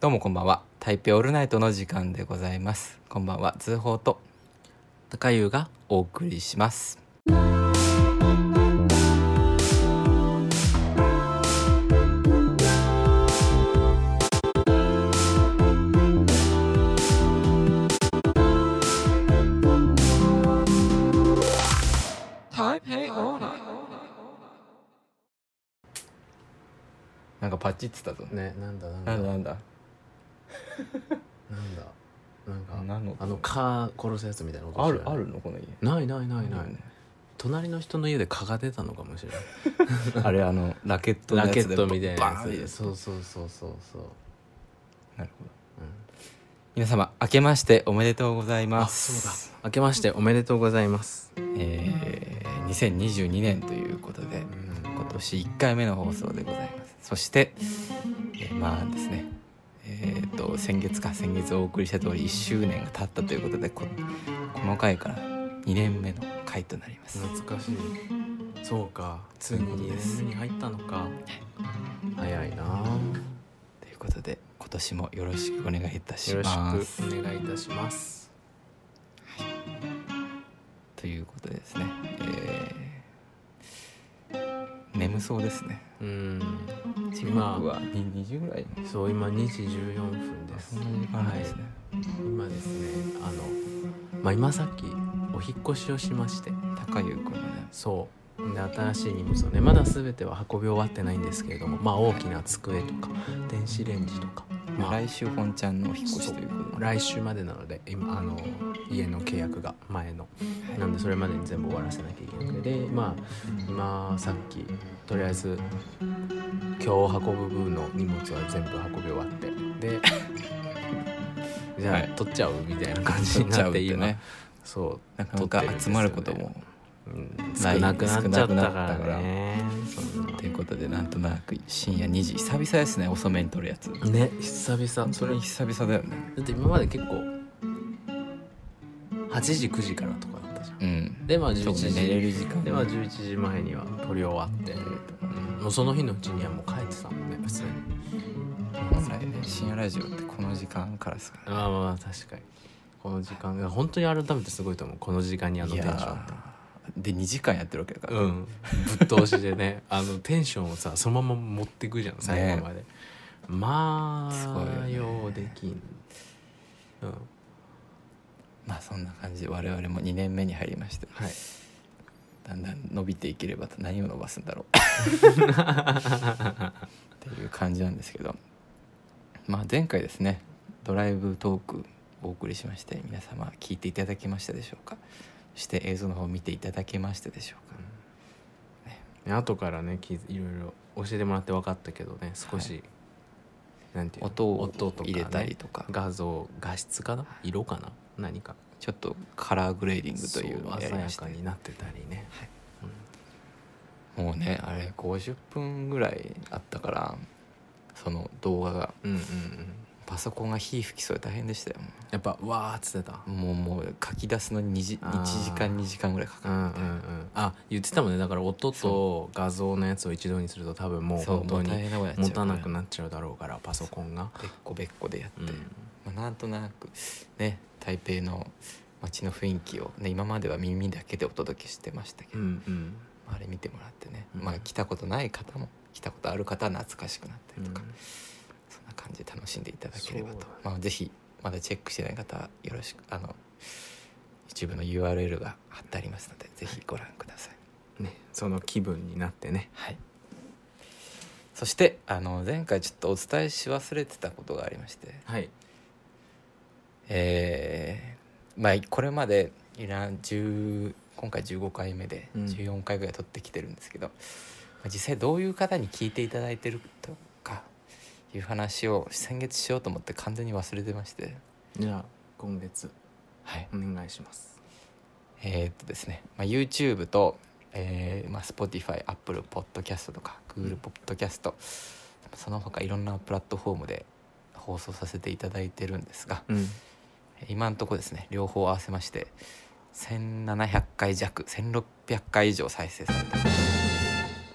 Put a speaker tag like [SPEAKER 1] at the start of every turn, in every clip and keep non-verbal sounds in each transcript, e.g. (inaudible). [SPEAKER 1] どうもこんばんは。台北オールナイトの時間でございます。こんばんは。通報と高優がお送りします。なんかパチってたぞ。
[SPEAKER 2] ねなんだなんだ
[SPEAKER 1] なんだな
[SPEAKER 2] な
[SPEAKER 1] んんだ。
[SPEAKER 2] だなんか
[SPEAKER 1] 何の音
[SPEAKER 2] あの蚊殺すやつみたいな音
[SPEAKER 1] あ
[SPEAKER 2] して
[SPEAKER 1] る
[SPEAKER 2] ない
[SPEAKER 1] あるのこの家。
[SPEAKER 2] ないないない
[SPEAKER 1] な
[SPEAKER 2] ないい、
[SPEAKER 1] ね
[SPEAKER 2] 隣の人の家で蚊が出たのかもしれな
[SPEAKER 1] (laughs)
[SPEAKER 2] い
[SPEAKER 1] あれあのラケットの
[SPEAKER 2] ラ
[SPEAKER 1] や
[SPEAKER 2] ケ
[SPEAKER 1] つで
[SPEAKER 2] ットみたいな
[SPEAKER 1] バ
[SPEAKER 2] や
[SPEAKER 1] ーン
[SPEAKER 2] つそうそうそうそうそう
[SPEAKER 1] なるほど皆様明けましておめでとうございま
[SPEAKER 2] あ
[SPEAKER 1] す
[SPEAKER 2] そうだ明けましておめでとうございます
[SPEAKER 1] えー、2022年ということで今年1回目の放送でございますそして、えーまあですねえー、と先月か先月お送りした通り1周年が経ったということでここの回から2年目の回となります、
[SPEAKER 2] 懐かしいそうかつい
[SPEAKER 1] そういうこと
[SPEAKER 2] に2
[SPEAKER 1] です
[SPEAKER 2] 年目に入ったのか早いなあ
[SPEAKER 1] ということで今年もよろしくお願いいたし
[SPEAKER 2] よろし
[SPEAKER 1] ます
[SPEAKER 2] くお願いいたします
[SPEAKER 1] ということでですね、えー眠そうですね
[SPEAKER 2] うん
[SPEAKER 1] 時
[SPEAKER 2] 今
[SPEAKER 1] 刻は2時ぐらい
[SPEAKER 2] そう今2時14分です
[SPEAKER 1] そんな時間なんですね、
[SPEAKER 2] 今ですねあの、まあ、今さっきお引っ越しをしまして
[SPEAKER 1] 高優君がね
[SPEAKER 2] そうで新しい荷物をねまだ全ては運び終わってないんですけれどもまあ大きな机とか電子レンジとか、まあ、
[SPEAKER 1] 来週本ちゃんのお引っ越しということで
[SPEAKER 2] 来週までなので今あの家の契約が前のなんでそれまでに全部終わらせなきゃいけなくてでまあ今さっきとりあえず今日運ぶ分の荷物は全部運び終わってで (laughs) じゃあ、
[SPEAKER 1] はい
[SPEAKER 2] 取っちゃうみたいな感じ
[SPEAKER 1] 取
[SPEAKER 2] に
[SPEAKER 1] っちゃ
[SPEAKER 2] な
[SPEAKER 1] うっ
[SPEAKER 2] っ
[SPEAKER 1] てて
[SPEAKER 2] 今
[SPEAKER 1] ね
[SPEAKER 2] そう
[SPEAKER 1] なかなか集まることも
[SPEAKER 2] うん
[SPEAKER 1] な
[SPEAKER 2] 少
[SPEAKER 1] い
[SPEAKER 2] なくなっちゃったから
[SPEAKER 1] 少なくな
[SPEAKER 2] ねそんな
[SPEAKER 1] ということでなんとなく深夜2時久々ですね遅めに撮るやつ
[SPEAKER 2] ね久々そ
[SPEAKER 1] そ
[SPEAKER 2] れ
[SPEAKER 1] れ
[SPEAKER 2] だ
[SPEAKER 1] 久々だよね
[SPEAKER 2] って今まで結構8時9時からとかだったじゃん
[SPEAKER 1] うん
[SPEAKER 2] でまあ
[SPEAKER 1] ちょ
[SPEAKER 2] 11
[SPEAKER 1] っと
[SPEAKER 2] 時、
[SPEAKER 1] ね寝れる時間
[SPEAKER 2] でまあ11時前には撮り終わって、うんもうその日のうちにはもう帰ってたもんね普通に
[SPEAKER 1] 本来ね深夜ラジオってこの時間からですから
[SPEAKER 2] まあまあまあ確かにこの時間が本当に改めてすごいと思うこの時間にあの
[SPEAKER 1] い
[SPEAKER 2] テン
[SPEAKER 1] や
[SPEAKER 2] ションって
[SPEAKER 1] ーで2時間やってるわけだから、
[SPEAKER 2] うん、ぶっ通し
[SPEAKER 1] (laughs)
[SPEAKER 2] でねあのテンションをさそのまま持ってくじゃん最後まで、まあ
[SPEAKER 1] すごいよね
[SPEAKER 2] ようできん、うん、
[SPEAKER 1] まあそんな感じで我々も2年目に入りまして
[SPEAKER 2] はい
[SPEAKER 1] だんだん伸びていければと何を伸ばすんだろ (laughs) うっていう感じなんですけど、まあ、前回ですねドライブトークをお送りしまして皆様聞いていただけましたでしょうかそして映像の方を見ていただけましたでしょうか
[SPEAKER 2] ね後からねきいろいろ教えてもらって分かったけどね少し、なんていうの
[SPEAKER 1] 音を
[SPEAKER 2] 音とかね
[SPEAKER 1] 入れたりとか
[SPEAKER 2] 画像画質かな色かな何か
[SPEAKER 1] ちょっとカラーグレーディングというの
[SPEAKER 2] そ
[SPEAKER 1] を
[SPEAKER 2] う
[SPEAKER 1] やり
[SPEAKER 2] 鮮や
[SPEAKER 1] ました
[SPEAKER 2] かになってたりね
[SPEAKER 1] もうねあれ50分ぐらいあったからその動画が
[SPEAKER 2] うんうんうん
[SPEAKER 1] パソコンが火吹きそうで大変でしたよ
[SPEAKER 2] やっぱわーっつってた
[SPEAKER 1] もうもう書き出すのに 2,
[SPEAKER 2] あー
[SPEAKER 1] 1時間2時間ぐらいか
[SPEAKER 2] う
[SPEAKER 1] か
[SPEAKER 2] ん
[SPEAKER 1] る
[SPEAKER 2] うんうん、あ言ってたもんねだから音と画像のやつを一度にすると多分もう
[SPEAKER 1] そう
[SPEAKER 2] 本当
[SPEAKER 1] もう大
[SPEAKER 2] に
[SPEAKER 1] 変なことやっちゃう
[SPEAKER 2] 持たなくなっちゃうだろうからパソコンが、
[SPEAKER 1] べっこべっこでやって、
[SPEAKER 2] うん
[SPEAKER 1] まあ、なんとなくね台北の街の雰囲気を、ね、今までは耳だけでお届けしてましたけ
[SPEAKER 2] う
[SPEAKER 1] ど、
[SPEAKER 2] んうん
[SPEAKER 1] まああれ見てもらってね、
[SPEAKER 2] うん
[SPEAKER 1] まあ、来たことない方も来たことある方は懐かしくなったり
[SPEAKER 2] う
[SPEAKER 1] と
[SPEAKER 2] ん
[SPEAKER 1] か、そんな感じで楽しんでいただければ
[SPEAKER 2] そう
[SPEAKER 1] と
[SPEAKER 2] だね、
[SPEAKER 1] まあ、ぜひまだチェックしてない方はよろしくあの YouTube の URL が貼ってありますのでぜひご覧ください。
[SPEAKER 2] ね、その気分になってね
[SPEAKER 1] はい、そしてあの前回ちょっとお伝えし忘れてたことがありまして、
[SPEAKER 2] はい
[SPEAKER 1] えーまあ、これまでいらん10今回15回目で
[SPEAKER 2] うん
[SPEAKER 1] 14回ぐらい撮ってきてるんですけど、まあ実際どういう方に聞いていただいてるとかいう話を先月しようと思って完全に忘れてまして、
[SPEAKER 2] じゃあ今月
[SPEAKER 1] はい、
[SPEAKER 2] お願いします
[SPEAKER 1] えーっとですね、まあ、YouTube と、えーまあ、Spotify、Apple Podcast とか Google Podcast その他いろんなプラットフォームで放送させていただいてるんですが
[SPEAKER 2] うん
[SPEAKER 1] 今のところですね両方合わせまして1700回弱1600回以上再生された本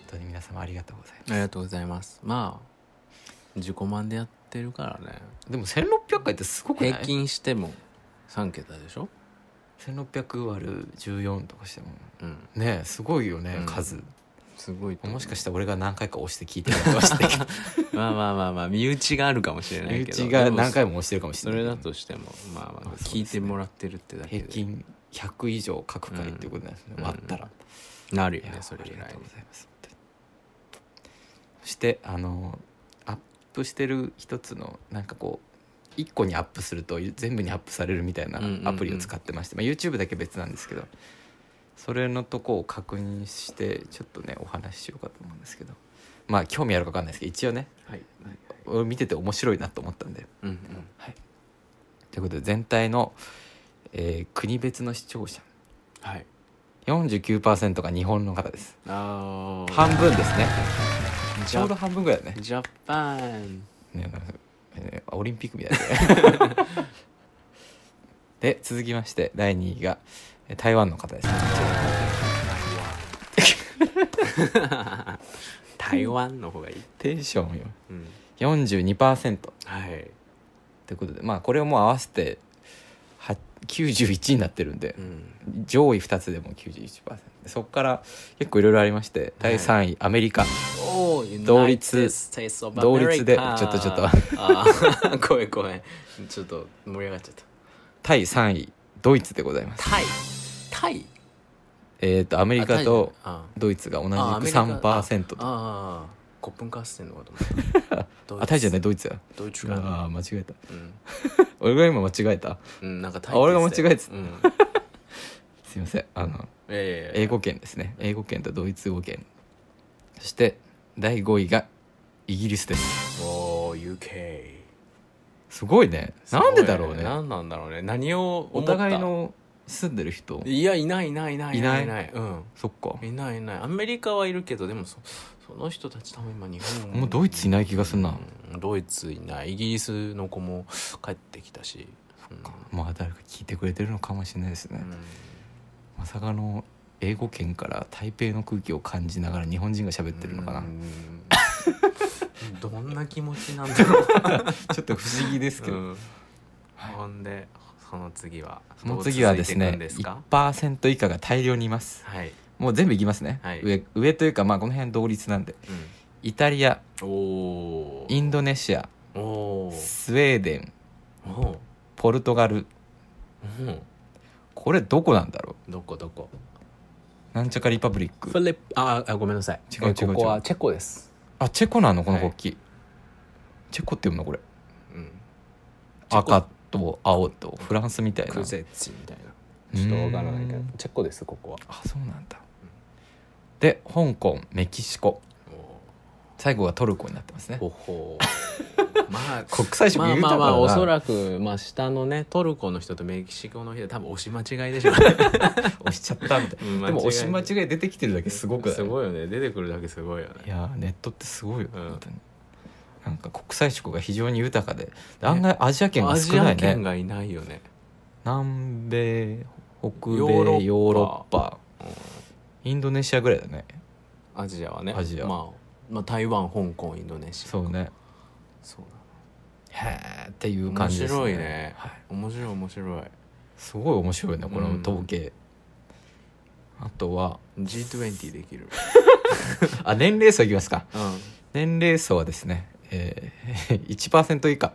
[SPEAKER 1] 当に皆様ありがとうござい
[SPEAKER 2] ありがとうございますまあ自己満でやっってるからね
[SPEAKER 1] でも1600回ってすごくない
[SPEAKER 2] 平均しても3桁でしょ、
[SPEAKER 1] 1600割る14とかしても
[SPEAKER 2] うん、
[SPEAKER 1] ねえすごいよね、
[SPEAKER 2] うん
[SPEAKER 1] 数
[SPEAKER 2] すごいと思う
[SPEAKER 1] もしかしたら俺が何回か押して聞いてるかもしれないけ
[SPEAKER 2] まあまあまあまあ身内があるかもしれ
[SPEAKER 1] ど
[SPEAKER 2] ない
[SPEAKER 1] 身
[SPEAKER 2] けど
[SPEAKER 1] 内が何回も押してるかもし
[SPEAKER 2] そ
[SPEAKER 1] れない
[SPEAKER 2] れだとしてもまあまあ
[SPEAKER 1] まあそう
[SPEAKER 2] 聞
[SPEAKER 1] で
[SPEAKER 2] い
[SPEAKER 1] すね
[SPEAKER 2] てもらってるってだけ
[SPEAKER 1] 平
[SPEAKER 2] で
[SPEAKER 1] 均100以上各回っていうことなんですね、
[SPEAKER 2] うん
[SPEAKER 1] 割ったら、
[SPEAKER 2] なるよ
[SPEAKER 1] い
[SPEAKER 2] ね
[SPEAKER 1] や
[SPEAKER 2] それぐ
[SPEAKER 1] あ
[SPEAKER 2] ら
[SPEAKER 1] りが
[SPEAKER 2] い
[SPEAKER 1] とうございます本当にそしてあのアップしてる一つのなんかこう一個にアップすると全部にアップされるみたいな
[SPEAKER 2] うんうんうん
[SPEAKER 1] アプリを使ってまして、まあ、YouTube だけ別なんですけどそれのとこを確認してちょっとねお話ししようかと思うんですけどまあ興味あるか分かんないですけど一応ね
[SPEAKER 2] はい
[SPEAKER 1] 俺見てて面白いなと思ったんで
[SPEAKER 2] うんうん
[SPEAKER 1] ということで全体の、えー国別の視聴者
[SPEAKER 2] はい
[SPEAKER 1] 49%が日本の方です
[SPEAKER 2] あー
[SPEAKER 1] 半分ですねち
[SPEAKER 2] ジ
[SPEAKER 1] ょうど
[SPEAKER 2] ャ
[SPEAKER 1] 半分ぐらいだね
[SPEAKER 2] ジャパン
[SPEAKER 1] ねなんかえーオリンピックみたいな
[SPEAKER 2] (laughs)
[SPEAKER 1] ねで続きまして第2位がえー台湾の方です
[SPEAKER 2] 台湾の方がいい、
[SPEAKER 1] テンションよ
[SPEAKER 2] うん、
[SPEAKER 1] 42%
[SPEAKER 2] はい、
[SPEAKER 1] ということでまあこれをもう合わせては91になってるんで
[SPEAKER 2] うん、
[SPEAKER 1] 上位2つでも91%でそこから結構いろいろありまして第3位、アメリカ
[SPEAKER 2] おー
[SPEAKER 1] 同率
[SPEAKER 2] United States of
[SPEAKER 1] 同率で
[SPEAKER 2] America
[SPEAKER 1] ちょっとちょっと
[SPEAKER 2] あーごめんごめんちょっと盛り上がっちゃった
[SPEAKER 1] 対3位ドイツでございます
[SPEAKER 2] タイタイ
[SPEAKER 1] えっ、とアメリカと
[SPEAKER 2] あ
[SPEAKER 1] ドイツが同じく
[SPEAKER 2] あアメリカ
[SPEAKER 1] 3%
[SPEAKER 2] タイじゃ
[SPEAKER 1] と
[SPEAKER 2] ない
[SPEAKER 1] あ
[SPEAKER 2] ああコップンカーステンのこと
[SPEAKER 1] タイじゃないいドイツや
[SPEAKER 2] ドイツが
[SPEAKER 1] ああ間違えた
[SPEAKER 2] うん
[SPEAKER 1] 俺が今間違えた
[SPEAKER 2] うんなんかタイ
[SPEAKER 1] あ俺が間違えてた
[SPEAKER 2] うん
[SPEAKER 1] すいませんあの
[SPEAKER 2] いやいやいや
[SPEAKER 1] 英語圏ですね英語圏とドイツ語圏そして第5位がイギリスです
[SPEAKER 2] おー UK
[SPEAKER 1] すごいねなんでだろうね
[SPEAKER 2] 何なんだろうね何を
[SPEAKER 1] お
[SPEAKER 2] 思った
[SPEAKER 1] 互いの住んでる人
[SPEAKER 2] いやいないいないいない
[SPEAKER 1] いない
[SPEAKER 2] うん
[SPEAKER 1] そっか
[SPEAKER 2] いないいないアメリカはいるけどでもそその人たち多分今日本
[SPEAKER 1] もうドイツいない気がするな、
[SPEAKER 2] うんドイツいないイギリスの子も帰ってきたし
[SPEAKER 1] まあ誰か聞いてくれてるのかもしれないですね、
[SPEAKER 2] うん
[SPEAKER 1] まさかの英語圏から台北の空気を感じながら日本人が喋ってるのかな、
[SPEAKER 2] うんどんな気持ちなんだ
[SPEAKER 1] (laughs)
[SPEAKER 2] ろう
[SPEAKER 1] ちょっと不思議ですけど、
[SPEAKER 2] うん
[SPEAKER 1] はい
[SPEAKER 2] ほんでその次は
[SPEAKER 1] その次はです
[SPEAKER 2] ど
[SPEAKER 1] ね
[SPEAKER 2] う続いていくんですか
[SPEAKER 1] 1%以下が大量にいます
[SPEAKER 2] はい、
[SPEAKER 1] もう全部いきますね、
[SPEAKER 2] はい
[SPEAKER 1] 上上というかまあこの辺同率なんでイタリア
[SPEAKER 2] うん、おー
[SPEAKER 1] インドネシア
[SPEAKER 2] おー
[SPEAKER 1] スウェーデン
[SPEAKER 2] おー
[SPEAKER 1] ポルトガル
[SPEAKER 2] うん
[SPEAKER 1] これどこなんだろ
[SPEAKER 2] どこどこ
[SPEAKER 1] うなんちゃかリパブリッ
[SPEAKER 2] フ
[SPEAKER 1] ク
[SPEAKER 2] リップああごめんなさい
[SPEAKER 1] 違う違う違う
[SPEAKER 2] ここはチェコです、
[SPEAKER 1] あチェコなのこの国旗、チェコって読むのこれ
[SPEAKER 2] うん、
[SPEAKER 1] 赤と青とフランスみたいな
[SPEAKER 2] クゼッチみたいなちょっとわからないけど
[SPEAKER 1] うーん
[SPEAKER 2] チェコですここは
[SPEAKER 1] あそうなんだで香港メキシコ最後はトルコになってますね
[SPEAKER 2] ほほ (laughs) まあ
[SPEAKER 1] 国際色
[SPEAKER 2] まあ
[SPEAKER 1] 豊
[SPEAKER 2] ま
[SPEAKER 1] か
[SPEAKER 2] あ
[SPEAKER 1] だ
[SPEAKER 2] ま
[SPEAKER 1] な
[SPEAKER 2] あおそらくまあ下のねトルコの人とメキシコの人で多分押し間違いでしょう (laughs) ね
[SPEAKER 1] 押しちゃったみたいな (laughs) でも押し間違い出てきてるだけすごくない
[SPEAKER 2] すごいよね出てくるだけすごい
[SPEAKER 1] い
[SPEAKER 2] よね
[SPEAKER 1] やーネットってすごいよ、
[SPEAKER 2] うん
[SPEAKER 1] 本当になんか国際色が非常に豊かでで案外アジア圏が
[SPEAKER 2] ア
[SPEAKER 1] 少
[SPEAKER 2] ジ
[SPEAKER 1] な
[SPEAKER 2] ア
[SPEAKER 1] いね
[SPEAKER 2] 圏がいないよね、
[SPEAKER 1] 南米北米
[SPEAKER 2] ヨ
[SPEAKER 1] ヨ
[SPEAKER 2] ー
[SPEAKER 1] ー
[SPEAKER 2] ロッ
[SPEAKER 1] ロ
[SPEAKER 2] パ
[SPEAKER 1] ッパインドネシアぐらいだね
[SPEAKER 2] アジアはね
[SPEAKER 1] アジア
[SPEAKER 2] まあ、まあ台湾香港インドネシア
[SPEAKER 1] そうね
[SPEAKER 2] そうだ
[SPEAKER 1] へえっていう感じですね
[SPEAKER 2] 面白いね
[SPEAKER 1] はい、
[SPEAKER 2] 面白い面白い
[SPEAKER 1] すごい面白いねこの統計、あとは
[SPEAKER 2] G20 できる、
[SPEAKER 1] あ年齢層いきますか
[SPEAKER 2] うん、
[SPEAKER 1] 年齢層はですね、えー、1%以 (laughs) 下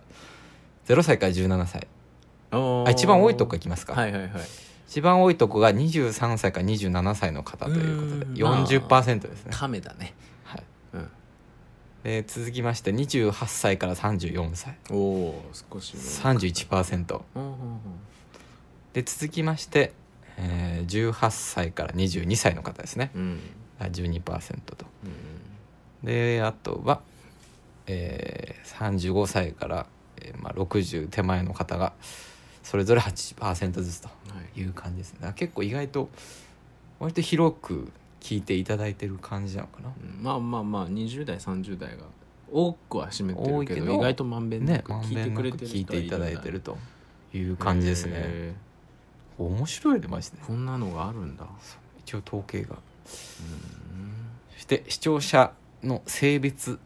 [SPEAKER 1] 0歳から17歳あ
[SPEAKER 2] あ
[SPEAKER 1] 一番多いとこいきますか
[SPEAKER 2] はいはいはい
[SPEAKER 1] 一番多いとこが23歳から27歳の方ということで
[SPEAKER 2] うん
[SPEAKER 1] 40%ですね、
[SPEAKER 2] 亀だね
[SPEAKER 1] はい、
[SPEAKER 2] うん
[SPEAKER 1] で続きまして28歳から34歳
[SPEAKER 2] おお少し
[SPEAKER 1] 31%
[SPEAKER 2] うんうんうん
[SPEAKER 1] で続きまして、えー18歳から22歳の方ですね
[SPEAKER 2] うん
[SPEAKER 1] あ12%と
[SPEAKER 2] うん
[SPEAKER 1] であとは、えー35歳から、えーまあ、60手前の方がそれぞれ8%ずつと
[SPEAKER 2] はい
[SPEAKER 1] いう感じですねだから結構意外と割と広く聞いていただいてる感じなのかな
[SPEAKER 2] うんまあまあまあ20代30代が多くは占めて
[SPEAKER 1] 多
[SPEAKER 2] る
[SPEAKER 1] い
[SPEAKER 2] け
[SPEAKER 1] け
[SPEAKER 2] ど
[SPEAKER 1] ど
[SPEAKER 2] 意外とまんべんな
[SPEAKER 1] ね
[SPEAKER 2] く
[SPEAKER 1] まん
[SPEAKER 2] 聞
[SPEAKER 1] べ
[SPEAKER 2] いて
[SPEAKER 1] んな
[SPEAKER 2] く
[SPEAKER 1] く
[SPEAKER 2] れてる
[SPEAKER 1] 聞い
[SPEAKER 2] 人
[SPEAKER 1] て
[SPEAKER 2] はい
[SPEAKER 1] ただいてるという
[SPEAKER 2] と
[SPEAKER 1] 感じですね
[SPEAKER 2] へ
[SPEAKER 1] 面白いねマジで
[SPEAKER 2] ーこんなのがあるんだ
[SPEAKER 1] 一応統計が
[SPEAKER 2] うん
[SPEAKER 1] そして視聴者の性別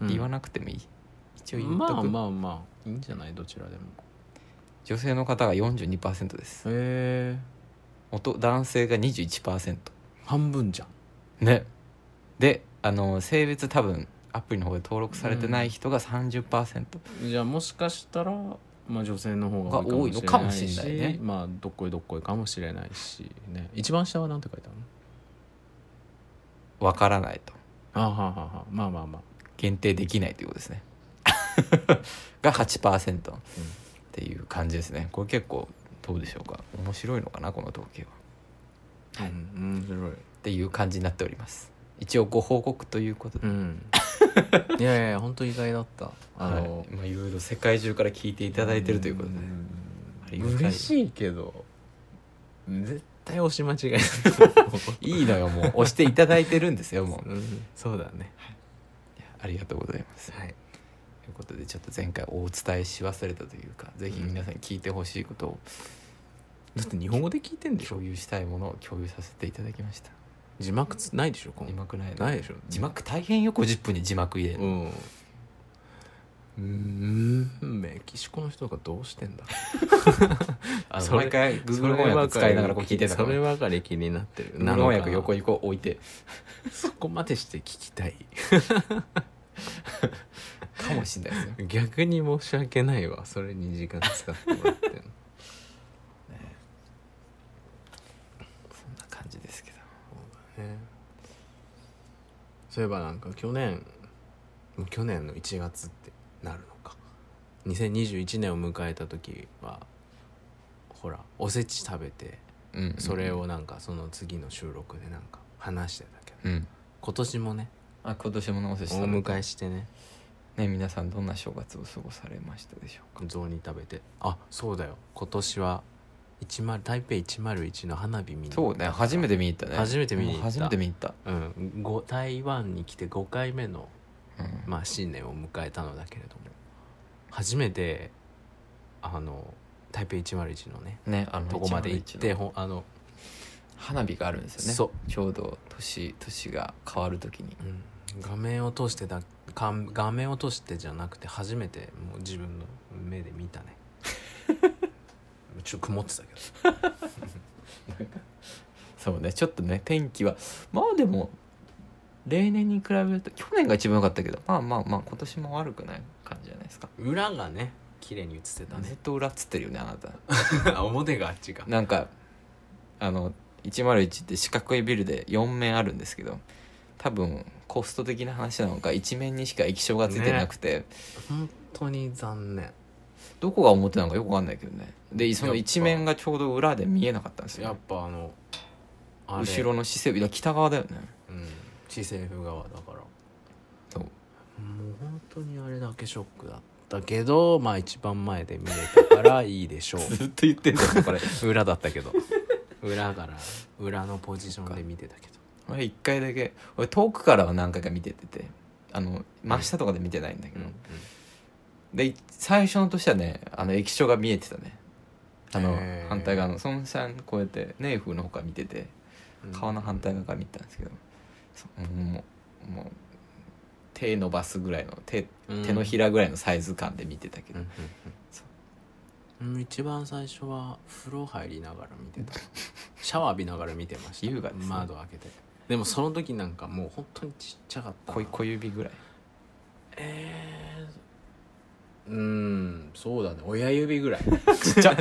[SPEAKER 2] うん
[SPEAKER 1] 言わなくてもいい、一応言っとく、
[SPEAKER 2] まあまあまあいいんじゃないどちらでも
[SPEAKER 1] 女性の方が42%です
[SPEAKER 2] へえ
[SPEAKER 1] 元男性が21%
[SPEAKER 2] 半分じゃん
[SPEAKER 1] ねであの性別多分アプリの方で登録されてない人が30%、
[SPEAKER 2] じゃあもしかしたら、まあ、女性の方が
[SPEAKER 1] が多いのかもしれないね
[SPEAKER 2] しまあどっこいどっこいかもしれないしね一番下はなんて書いてあるの
[SPEAKER 1] わからないと
[SPEAKER 2] あはははまあまあまあ
[SPEAKER 1] 限定できないということですね (laughs) が8%っていう感じですねこれ結構どうでしょうか面白いのかなこの統計は
[SPEAKER 2] はい、うん、面白い
[SPEAKER 1] っていう感じになっております一応ご報告ということで、
[SPEAKER 2] (laughs) うん、いやいやいや本当意外だったあ
[SPEAKER 1] はい
[SPEAKER 2] の、
[SPEAKER 1] まあ、いろいろ世界中から聞いていただいてるということで、
[SPEAKER 2] ん
[SPEAKER 1] ありがたい
[SPEAKER 2] 嬉しいけど絶対押し間違いだと思う
[SPEAKER 1] いいのよもう押していただいてるんですよもう
[SPEAKER 2] うん (laughs) そうだね
[SPEAKER 1] ありがとうございます
[SPEAKER 2] はい
[SPEAKER 1] ということでちょっと前回お伝えし忘れたというかぜひ皆さんに聞いてほしいことを
[SPEAKER 2] だって日本語で聞いてんでしょ
[SPEAKER 1] 共有したいものを共有させていただきました
[SPEAKER 2] 字幕つないでしょこ
[SPEAKER 1] 字幕ないの
[SPEAKER 2] ないでしょ
[SPEAKER 1] 字幕大変よ50分に字幕入れる
[SPEAKER 2] う
[SPEAKER 1] の
[SPEAKER 2] んうーんメキシコの人がどうしてんだ
[SPEAKER 1] あの
[SPEAKER 2] それ
[SPEAKER 1] 毎回 Google 翻訳使いながらこう聞いてたか
[SPEAKER 2] それ
[SPEAKER 1] ら
[SPEAKER 2] ばかり気になってる
[SPEAKER 1] Google 翻訳横にこう置いて
[SPEAKER 2] そこまでして聞きたい
[SPEAKER 1] かもしれない
[SPEAKER 2] (laughs)
[SPEAKER 1] ですよ
[SPEAKER 2] 逆に申し訳ないわそれに時間使ってもら (laughs) ってんの
[SPEAKER 1] そんな感じですけど
[SPEAKER 2] ねそういえばなんか去年もう去年の1月ってなるのか2021年を迎えた時はほらおせち食べて
[SPEAKER 1] うんうん
[SPEAKER 2] それをなんかその次の収録でなんか話してたけど
[SPEAKER 1] うん
[SPEAKER 2] 今年もね
[SPEAKER 1] あ今年も直せ
[SPEAKER 2] お
[SPEAKER 1] した
[SPEAKER 2] 迎
[SPEAKER 1] ね
[SPEAKER 2] えしてね
[SPEAKER 1] 皆さんどんな正月を過ごされましたでしょうか
[SPEAKER 2] 雑煮食べてあそうだよ今年は10台北101の花火見に
[SPEAKER 1] そうね初めて見に行ったね
[SPEAKER 2] 初めて見に行った
[SPEAKER 1] 初めて見に行った、
[SPEAKER 2] うん、ご台湾に来て5回目の、
[SPEAKER 1] うん
[SPEAKER 2] まあ、新年を迎えたのだけれども初めてあの台北101のね
[SPEAKER 1] ねあの
[SPEAKER 2] とこまで行っ
[SPEAKER 1] 101
[SPEAKER 2] て
[SPEAKER 1] の
[SPEAKER 2] ほんあの、
[SPEAKER 1] 花火があるんですよね
[SPEAKER 2] そう、
[SPEAKER 1] ちょうど年年が変わるときに
[SPEAKER 2] うん、画面を通してだか画面を通してじゃなくて初めてもう自分の目で見
[SPEAKER 1] (laughs)
[SPEAKER 2] たねちょっと曇ってたけど
[SPEAKER 1] そうねちょっとね天気はまあでも例年に比べると去年が一番良かったけどまあまあまあ今年も悪くない感じじゃないですか
[SPEAKER 2] 裏がね綺麗に映ってた
[SPEAKER 1] ずっ
[SPEAKER 2] ね
[SPEAKER 1] と裏っつってるよねあなた (laughs)
[SPEAKER 2] あ (laughs) 表があっちか
[SPEAKER 1] なんかあの101って四角いビルで4面あるんですけど多分コスト的な話なのか1面にしか液晶がついてなくて、
[SPEAKER 2] 本当に残念
[SPEAKER 1] どこが表なのかよくわかんないけどねでその
[SPEAKER 2] やっぱ
[SPEAKER 1] 一面がちょうど裏で見えなかったんです
[SPEAKER 2] やっ
[SPEAKER 1] よ
[SPEAKER 2] ぱあのあれ
[SPEAKER 1] 後ろの施設だから北側だよね
[SPEAKER 2] うん地政府側だから
[SPEAKER 1] そう
[SPEAKER 2] もう本当にあれだけショックだったけどまあ一番前で見れたからいいでしょう
[SPEAKER 1] ずっと言ってんだよこれ
[SPEAKER 2] (laughs) 裏だったけど裏から裏のポジションで見てたけど
[SPEAKER 1] (laughs) 俺一回だけ俺遠くからは何回か見てててあの真下とかで見てないんだけ
[SPEAKER 2] うん
[SPEAKER 1] ど、
[SPEAKER 2] うん
[SPEAKER 1] で最初の年はねあの液晶が見えてたねあの
[SPEAKER 2] へー
[SPEAKER 1] 反対側の孫さんこうやってネイフの方から見てて
[SPEAKER 2] うん
[SPEAKER 1] 川の反対側から見てたんですけど、そうもうもう手伸ばすぐらいの手
[SPEAKER 2] うん
[SPEAKER 1] 手のひらぐらいのサイズ感で見てたけ
[SPEAKER 2] う
[SPEAKER 1] ど、
[SPEAKER 2] んうんうん
[SPEAKER 1] そ
[SPEAKER 2] うん一番最初は風呂入りながら見
[SPEAKER 1] (laughs)
[SPEAKER 2] てたシャワー浴びながら見てました
[SPEAKER 1] 優雅ですね
[SPEAKER 2] 窓開けてでもその時なんかもう本当にちっちゃかったな
[SPEAKER 1] 小い小指ぐらい
[SPEAKER 2] えーうんそうだね親指ぐらい
[SPEAKER 1] ちっちゃ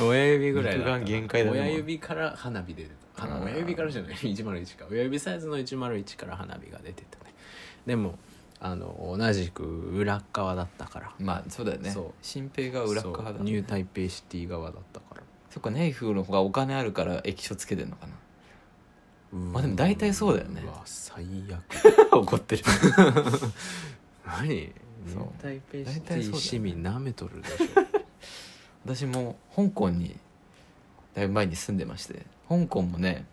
[SPEAKER 2] (laughs) 親指ぐらいだったな
[SPEAKER 1] 肉眼限界だね
[SPEAKER 2] 親指から花火出てた
[SPEAKER 1] あ
[SPEAKER 2] 花
[SPEAKER 1] ー
[SPEAKER 2] 親指からじゃない101か親指サイズの101から花火が出てたねでもあの同じく裏っ側だったから
[SPEAKER 1] まあそうだよね
[SPEAKER 2] そう
[SPEAKER 1] 新平が裏側だ
[SPEAKER 2] そうニュー台北シティ側だったから
[SPEAKER 1] そっかネイフの方がお金あるから液晶つけてんのかなまあでも大体そうだよね
[SPEAKER 2] うわ最悪
[SPEAKER 1] (laughs) 怒って
[SPEAKER 2] (laughs)
[SPEAKER 1] る
[SPEAKER 2] 何ニ
[SPEAKER 1] そう
[SPEAKER 2] ュー台北
[SPEAKER 1] 大体そ
[SPEAKER 2] シテ
[SPEAKER 1] うだよ
[SPEAKER 2] ィ
[SPEAKER 1] ね
[SPEAKER 2] 市民なめとるでし
[SPEAKER 1] (laughs) 私も香港にだいぶ前に住んでまして香港もね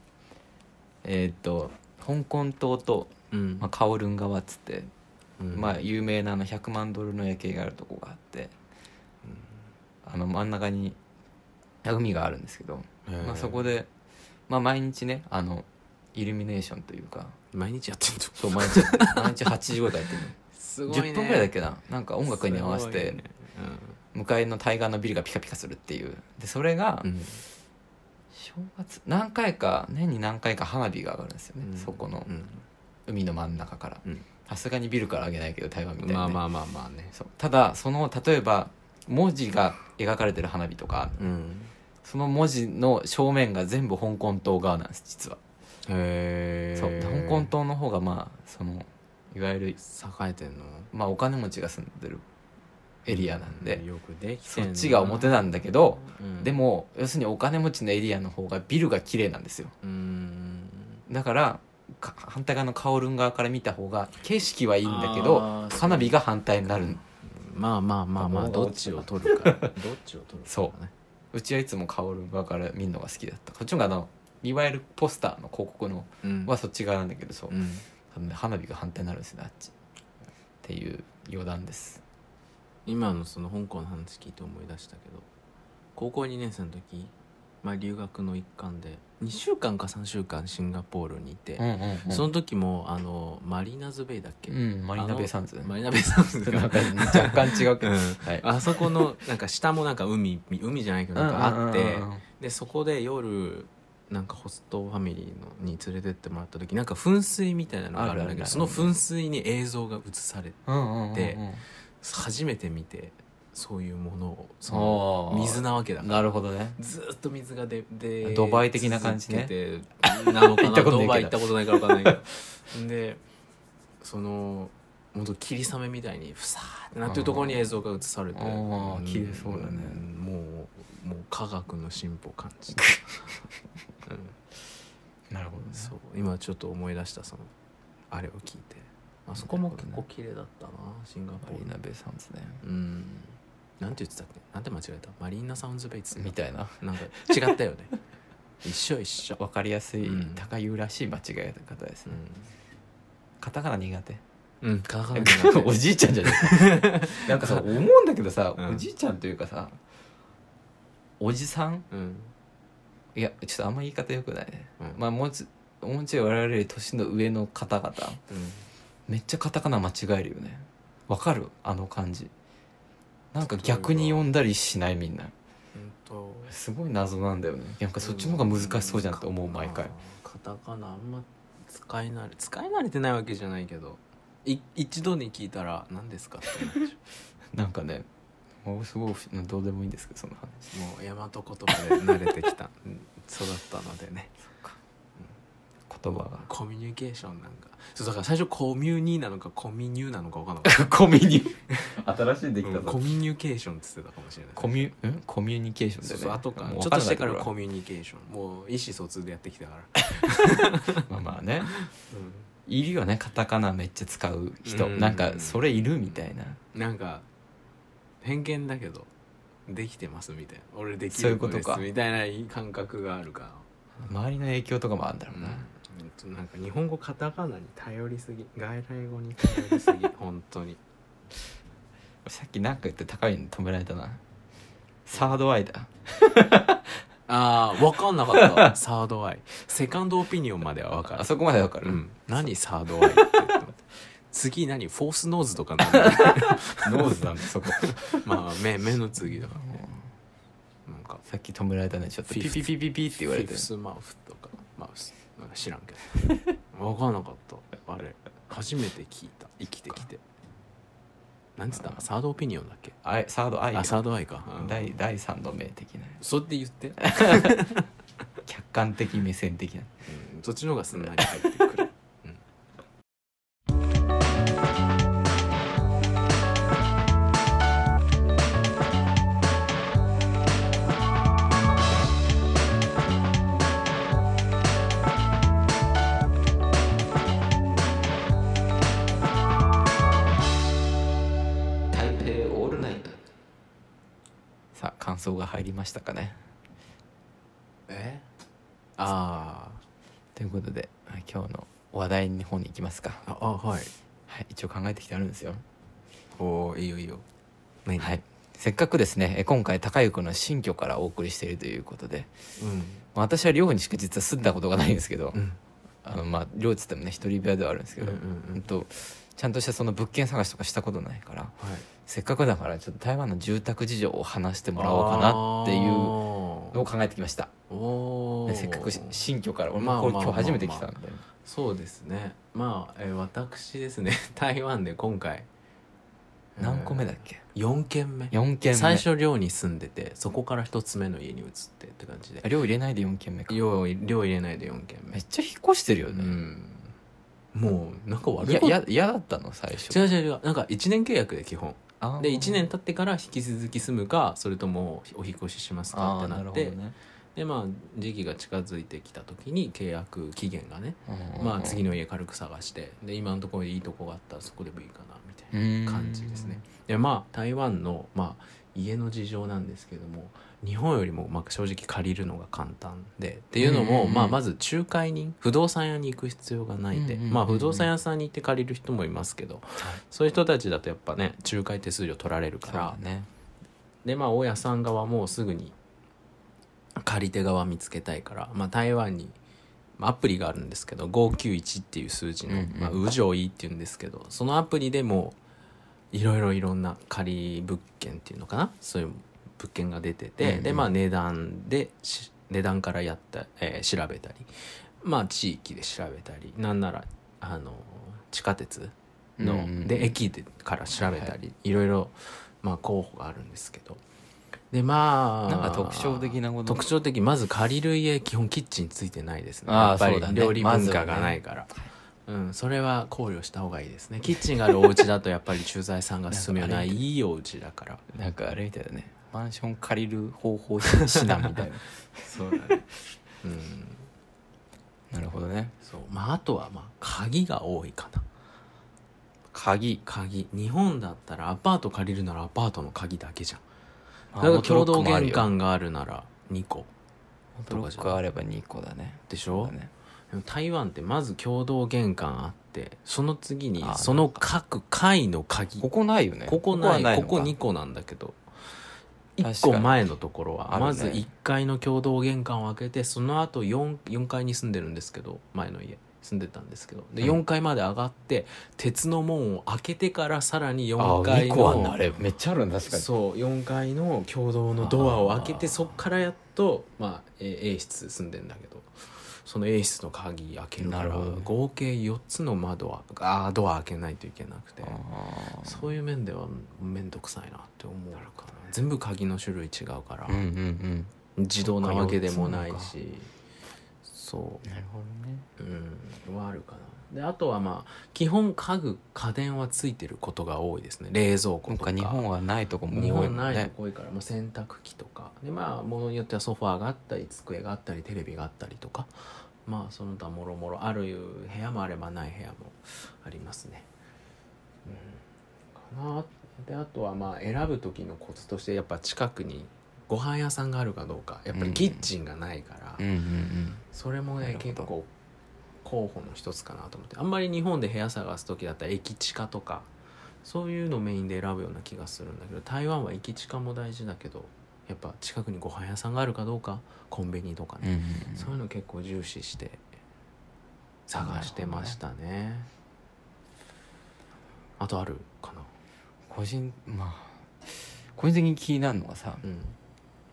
[SPEAKER 1] えーっと香港島と、
[SPEAKER 2] ょ、うん
[SPEAKER 1] まあ、カオルン川っつって、
[SPEAKER 2] うん
[SPEAKER 1] まあ有名なあの100万ドルの夜景があるとこがあって、あの真ん中に海があるんですけど、
[SPEAKER 2] へー
[SPEAKER 1] まあ、そこで、まあ、毎日ねあのイルミネーションというか
[SPEAKER 2] 毎日やってんと (laughs)
[SPEAKER 1] そう毎日毎日8時ぐらいからやってるの
[SPEAKER 2] す (laughs) ごいね
[SPEAKER 1] 10分ぐらいだっけななんか音楽に合わせ
[SPEAKER 2] すご
[SPEAKER 1] て、
[SPEAKER 2] いね
[SPEAKER 1] 向かいの対岸のビルがピカピカするっていうでそれが
[SPEAKER 2] うん
[SPEAKER 1] 正月何回か年に何回か花火が上がるんですよね、
[SPEAKER 2] うん
[SPEAKER 1] そこの
[SPEAKER 2] うん
[SPEAKER 1] 海の真ん中から
[SPEAKER 2] うん
[SPEAKER 1] さすがにビルから上げないけど台湾みたいにね、
[SPEAKER 2] まあまあまあまあね
[SPEAKER 1] そうただその例えば文字が描かれてる花火とか
[SPEAKER 2] うん
[SPEAKER 1] その文字の正面が全部香港島側なんです実は、
[SPEAKER 2] へえ
[SPEAKER 1] そう香港島の方がまあそのいわゆる、
[SPEAKER 2] 栄えてんの
[SPEAKER 1] まあ、お金持ちが住んでるエリアなんで、
[SPEAKER 2] うよくできて
[SPEAKER 1] そ
[SPEAKER 2] ん
[SPEAKER 1] っ
[SPEAKER 2] な
[SPEAKER 1] ちが表なんだけど、
[SPEAKER 2] うん
[SPEAKER 1] でも要するにお金持ちのエリアの方がビルが綺麗なんですよ
[SPEAKER 2] うん
[SPEAKER 1] だからか反対側のカオルン側から見た方が景色はいいんだけど
[SPEAKER 2] あーそう
[SPEAKER 1] 花火が反対になる
[SPEAKER 2] まあまあまあまあどっちを取るか (laughs) どっちを取るか
[SPEAKER 1] そう
[SPEAKER 2] ね
[SPEAKER 1] うちはいつもカオルン側から見るのが好きだったこっちの方があのいわゆるポスターの広告の
[SPEAKER 2] うん
[SPEAKER 1] はそっち側なんだけどそう
[SPEAKER 2] うん
[SPEAKER 1] なので花火が反対になるんですねあっちっていう余談です
[SPEAKER 2] 今のその香港の話聞いて思い出したけど高校2年生の時、まあ、留学の一環で2週間か3週間シンガポールにいて、
[SPEAKER 1] うんうんうん
[SPEAKER 2] その時もあのマリーナズベイだっけ、
[SPEAKER 1] うんマリーナベイサンズ
[SPEAKER 2] あのマリーナベイサンズ
[SPEAKER 1] (laughs) な
[SPEAKER 2] が
[SPEAKER 1] んか若干違うけ
[SPEAKER 2] う (laughs)
[SPEAKER 1] ど
[SPEAKER 2] ん
[SPEAKER 1] はい
[SPEAKER 2] あそこのなんか下もなんか海海じゃないけどなんかあって、でそこで夜なんかホストファミリーのに連れてってもらった時なんか噴水みたいなのがあるんだ
[SPEAKER 1] あるあ
[SPEAKER 2] け
[SPEAKER 1] るあ
[SPEAKER 2] ど
[SPEAKER 1] る
[SPEAKER 2] その噴水に映像が映されて
[SPEAKER 1] うんうんうんうん
[SPEAKER 2] で初めて見てそういうものをそ
[SPEAKER 1] あ
[SPEAKER 2] の
[SPEAKER 1] ー
[SPEAKER 2] 水なわけだから
[SPEAKER 1] なるほどね
[SPEAKER 2] ずーっと水がでで
[SPEAKER 1] ドバイ的な感じね
[SPEAKER 2] 続けてなのか
[SPEAKER 1] 行っ
[SPEAKER 2] な
[SPEAKER 1] たことないけど
[SPEAKER 2] ドバイ行ったことないから分かんないけどでその本当霧雨みたいにふさーってなってるところに映像が映されて
[SPEAKER 1] あー
[SPEAKER 2] ん
[SPEAKER 1] 綺麗そうだね
[SPEAKER 2] んもうもう科学の進歩感
[SPEAKER 1] (laughs)
[SPEAKER 2] じた、うん
[SPEAKER 1] なるほどね
[SPEAKER 2] そう今ちょっと思い出したそのあれを聞いてあそこも結構綺麗だったなシンガ
[SPEAKER 1] マ
[SPEAKER 2] ポ
[SPEAKER 1] リ
[SPEAKER 2] ール
[SPEAKER 1] ーナベイサンズね
[SPEAKER 2] うんなんて言ってたっけなんて間違えたマリーナサウンズベイツ
[SPEAKER 1] みたいな
[SPEAKER 2] なんか違ったよね一緒一緒、
[SPEAKER 1] 分かりやすい、
[SPEAKER 2] うん
[SPEAKER 1] 高湯らしい間違え方ですね、カタカナ苦手
[SPEAKER 2] うん、うん、カタカナ
[SPEAKER 1] (laughs) お
[SPEAKER 2] 苦
[SPEAKER 1] じいちゃんじゃないなんかさ思うんだけどさ、
[SPEAKER 2] うん
[SPEAKER 1] おじいちゃんというかさおじさん
[SPEAKER 2] 手うん
[SPEAKER 1] いやちょっとあんま言い方よくないね、
[SPEAKER 2] うん
[SPEAKER 1] まあもうちょもうちょい我々より年の上の方々めっちゃカタカナ間違えるよねわかるあの感じなんか逆に読んだりしないみんな
[SPEAKER 2] うんと
[SPEAKER 1] すごい謎なんだよねなんかそっちの方が難しそうじゃんって思う毎回
[SPEAKER 2] カタカナあんま使い慣れ使い慣れてないわけじゃないけどい一度に聞いたら何ですかってなっちゃ
[SPEAKER 1] なんかねもうすごい不思どうでもいいんですけどその話
[SPEAKER 2] うもう大和言葉で慣れてき
[SPEAKER 1] (laughs)
[SPEAKER 2] たうん育ったのでね
[SPEAKER 1] 言葉が (laughs)
[SPEAKER 2] コミュニケーションなんかそうだから最初コミュニなのかコミニュなのか分かんなかっ
[SPEAKER 1] コミュニ新しいで
[SPEAKER 2] た、うんコミュニケーションって言ってたかもしれない
[SPEAKER 1] コミュんコミュニケーションだ
[SPEAKER 2] そう
[SPEAKER 1] よね
[SPEAKER 2] そう後からち
[SPEAKER 1] も
[SPEAKER 2] ょ
[SPEAKER 1] う
[SPEAKER 2] っ
[SPEAKER 1] 分ん
[SPEAKER 2] とし
[SPEAKER 1] な
[SPEAKER 2] て
[SPEAKER 1] い
[SPEAKER 2] から
[SPEAKER 1] とこ
[SPEAKER 2] コミュニケーションもう意思疎通でやってきたから、
[SPEAKER 1] ろはまあまあね
[SPEAKER 2] う
[SPEAKER 1] いるよねカタカナめっちゃ使う人
[SPEAKER 2] うん、
[SPEAKER 1] なんかそれいるみたいなん
[SPEAKER 2] なんか偏見だけどできてますみたいな俺でき
[SPEAKER 1] そういう
[SPEAKER 2] る
[SPEAKER 1] こ
[SPEAKER 2] 子
[SPEAKER 1] と
[SPEAKER 2] です
[SPEAKER 1] か
[SPEAKER 2] みたいな感覚があるか
[SPEAKER 1] 周りの影響とかもあるんだ
[SPEAKER 2] ら、
[SPEAKER 1] ろ
[SPEAKER 2] う
[SPEAKER 1] うんな、
[SPEAKER 2] ほんとなんか日本語カタカナに頼りすぎ外来語に頼り
[SPEAKER 1] (laughs)
[SPEAKER 2] すぎ本当に
[SPEAKER 1] さっきなんか言って高いの止められたなサードアイだ
[SPEAKER 2] ああ分かんなかっ
[SPEAKER 1] (laughs)
[SPEAKER 2] たサードアイセカンドオピニオンまでは分かる
[SPEAKER 1] あそこまでわかる、
[SPEAKER 2] うん、何サードアイって言っても次何フォースノーズとかなんだ
[SPEAKER 1] (laughs) ノーズなんだそこ
[SPEAKER 2] (laughs) まあ目目の次だからねなんか
[SPEAKER 1] さっき止められたねちょっと
[SPEAKER 2] フィ
[SPEAKER 1] ピ
[SPEAKER 2] フ
[SPEAKER 1] ピピピピって言われ
[SPEAKER 2] フ
[SPEAKER 1] て
[SPEAKER 2] ィフスマウスとかマウスなんか知らんけど分かんなかったあれ初めて聞いた生きてきてなんつったサードオピニオンだっけ
[SPEAKER 1] あいサードアイ
[SPEAKER 2] あサードアイか、うん
[SPEAKER 1] 第第3の目的な
[SPEAKER 2] そうやって言って、
[SPEAKER 1] 客観的目線的な
[SPEAKER 2] うんそっちの方がすんなり入ってくる
[SPEAKER 1] 台北オールナイトさあ感想が入りましたかね
[SPEAKER 2] えあ
[SPEAKER 1] ということでまあ今日の話題の方に行きますか、
[SPEAKER 2] ーああはい
[SPEAKER 1] はい、一応考えてきてあるんですよ、
[SPEAKER 2] おーいいよいいよ何
[SPEAKER 1] はい、せっかくですねえ今回高湯君の新居からお送りしているということで
[SPEAKER 2] うん
[SPEAKER 1] まあ私は寮にしか実は住んだことがないんですけど、
[SPEAKER 2] うん
[SPEAKER 1] あのまあ寮っつってもね一人部屋ではあるんですけ
[SPEAKER 2] うんう
[SPEAKER 1] ど、
[SPEAKER 2] ん
[SPEAKER 1] うんとちゃんとしたその物件探しとかしたことないから
[SPEAKER 2] はい、
[SPEAKER 1] せっかくだからちょっと台湾の住宅事情を話してもらおうかなっていうのを考えてきました
[SPEAKER 2] あーお
[SPEAKER 1] ね
[SPEAKER 2] ー
[SPEAKER 1] せっかくし新居から俺
[SPEAKER 2] まあ
[SPEAKER 1] もこれ
[SPEAKER 2] まあ
[SPEAKER 1] 今日初めて来たんで
[SPEAKER 2] そうですねまあ、えー私ですね (laughs) 台湾で今回
[SPEAKER 1] 何個目だっ
[SPEAKER 2] け
[SPEAKER 1] け
[SPEAKER 2] 4軒目
[SPEAKER 1] 4軒目
[SPEAKER 2] 最初寮に住んでてそこから1つ目の家に移ってって感じで
[SPEAKER 1] 量入れないで4軒目か
[SPEAKER 2] 寮寮入れないで4軒目
[SPEAKER 1] めっちゃ引っ越してるよ
[SPEAKER 2] う
[SPEAKER 1] ね
[SPEAKER 2] んもうなんか悪
[SPEAKER 1] い
[SPEAKER 2] い
[SPEAKER 1] や
[SPEAKER 2] こと
[SPEAKER 1] いや嫌だったの最初
[SPEAKER 2] 違う違う違うなんか1年契約で基本
[SPEAKER 1] あー
[SPEAKER 2] で1年経ってから引き続き住むかそれともお引っ越ししますか
[SPEAKER 1] あ
[SPEAKER 2] っ
[SPEAKER 1] ー
[SPEAKER 2] て
[SPEAKER 1] な
[SPEAKER 2] な
[SPEAKER 1] る
[SPEAKER 2] っ
[SPEAKER 1] ほど
[SPEAKER 2] て
[SPEAKER 1] ね
[SPEAKER 2] でまあ時期が近づいてきた時に契約期限がね、
[SPEAKER 1] うん
[SPEAKER 2] まあ、次の家軽く探してで今のところいいとこがあったらそこでもいいかなみたいな感じですね。でまあ台湾の、まあ、家の事情なんですけども日本よりも、まあ、正直借りるのが簡単でっていうのも、
[SPEAKER 1] うんうんうん
[SPEAKER 2] まあ、まず仲介人不動産屋に行く必要がないで、
[SPEAKER 1] うんうんうんうん
[SPEAKER 2] まあ、不動産屋さんに行って借りる人もいますけど、そういう人たちだとやっぱね仲介手数料取られる
[SPEAKER 1] そ
[SPEAKER 2] か
[SPEAKER 1] う
[SPEAKER 2] ら
[SPEAKER 1] だ、ね
[SPEAKER 2] でまあ大家さん側もすぐに借り手側見つけたいから、まあ、台湾にまあアプリがあるんですけど591っていう数字の
[SPEAKER 1] うん
[SPEAKER 2] 「
[SPEAKER 1] うん
[SPEAKER 2] まあ、うじょい」っていうんですけどそのアプリでもいろいろいろんな借り物件っていうのかなそういう物件が出てて、
[SPEAKER 1] うんうん
[SPEAKER 2] でまあ値段でし値段からやった、えー調べたりまあ地域で調べたりなんならあの地下鉄の、
[SPEAKER 1] うんうん
[SPEAKER 2] で駅でから調べたり、い、ろいろ、まあ、候補があるんですけどでまあ
[SPEAKER 1] なんか特徴的なこと
[SPEAKER 2] 特徴的まず借りる家基本キッチンついてないですね
[SPEAKER 1] ああ
[SPEAKER 2] やっぱ
[SPEAKER 1] そ
[SPEAKER 2] り
[SPEAKER 1] うだね
[SPEAKER 2] 料理
[SPEAKER 1] ま
[SPEAKER 2] 文
[SPEAKER 1] ずは
[SPEAKER 2] 化
[SPEAKER 1] ね
[SPEAKER 2] がないから、うん、それは考慮した方がいいですねキッチンがあるお家だとやっぱり駐在さんが住むような
[SPEAKER 1] (laughs) なんか
[SPEAKER 2] いいお家だから
[SPEAKER 1] なんかあれみたいだねマンション借りる方法指南みたいな
[SPEAKER 2] そうだねうん (laughs)
[SPEAKER 1] なるほどね
[SPEAKER 2] そうまああとはまあ鍵が多いかな
[SPEAKER 1] 鍵
[SPEAKER 2] 鍵日本だったらアパート借りるならアパートの鍵だけじゃん
[SPEAKER 1] あ
[SPEAKER 2] なんか共同
[SPEAKER 1] オートロックもある
[SPEAKER 2] 玄
[SPEAKER 1] よ
[SPEAKER 2] 関があるなら2個
[SPEAKER 1] オートロックあれば2個だね
[SPEAKER 2] でしょ
[SPEAKER 1] そうだね
[SPEAKER 2] でも台湾ってまず共同玄関あってその次に
[SPEAKER 1] あー
[SPEAKER 2] その各階の鍵
[SPEAKER 1] こ
[SPEAKER 2] こ
[SPEAKER 1] こないよね
[SPEAKER 2] こないこ
[SPEAKER 1] のか
[SPEAKER 2] こ2個なんだけど
[SPEAKER 1] 確かに
[SPEAKER 2] 1個前のところは
[SPEAKER 1] あるね
[SPEAKER 2] まず1階の共同玄関を開けてその後四 4, 階に住んでるんですけど前の家住んでたんですけどで
[SPEAKER 1] うん
[SPEAKER 2] 4階まで上がって鉄の門を開けてからさらに
[SPEAKER 1] あ
[SPEAKER 2] 4階
[SPEAKER 1] 2個はな
[SPEAKER 2] の
[SPEAKER 1] れめっちゃあるん確かに
[SPEAKER 2] そう4階の共同のドアを開けて
[SPEAKER 1] あー
[SPEAKER 2] そっからやっと、まあ、A, A 室住んでんだけどその A 室の鍵開けるか
[SPEAKER 1] なる
[SPEAKER 2] ら
[SPEAKER 1] ほどね
[SPEAKER 2] 合計4つの窓はあードア開けないといけなくて
[SPEAKER 1] あー
[SPEAKER 2] そういう面では面倒くさいなって思うかな全部鍵の種類違うから
[SPEAKER 1] うんうんうん
[SPEAKER 2] 自動なわけでもない
[SPEAKER 1] そうか四つ
[SPEAKER 2] しそ
[SPEAKER 1] なるほどね
[SPEAKER 2] ううんはあるかなであとはまあ基本家具家電はついてることが多いですね冷蔵庫
[SPEAKER 1] なん
[SPEAKER 2] とか
[SPEAKER 1] か日本はないとこも多い
[SPEAKER 2] 日
[SPEAKER 1] もんね
[SPEAKER 2] 本ないの多いから、もう洗濯機とかでまあものによってはソファーがあったり机があったりテレビがあったりとかまあその他もろもろある部屋もあればない部屋もありますね。うん、かなであとはまあ選ぶ時のコツとしてやっぱ近くにご飯屋さんがあるかどうかやっぱりキッチンがないから、
[SPEAKER 1] うんうんうん
[SPEAKER 2] それも
[SPEAKER 1] なる
[SPEAKER 2] ね
[SPEAKER 1] ほど
[SPEAKER 2] 結構候補の一つかなと思ってあんまり日本で部屋探す時だったら駅地下とかそういうのメインで選ぶような気がするんだけど台湾は駅地下も大事だけどやっぱ近くにご飯屋さんがあるかどうかコンビニとか
[SPEAKER 1] うんう
[SPEAKER 2] ね、
[SPEAKER 1] ん
[SPEAKER 2] そういうの結構重視して探してましたねあとあるかな
[SPEAKER 1] 個人まあ個人的に気になるのがさ
[SPEAKER 2] うん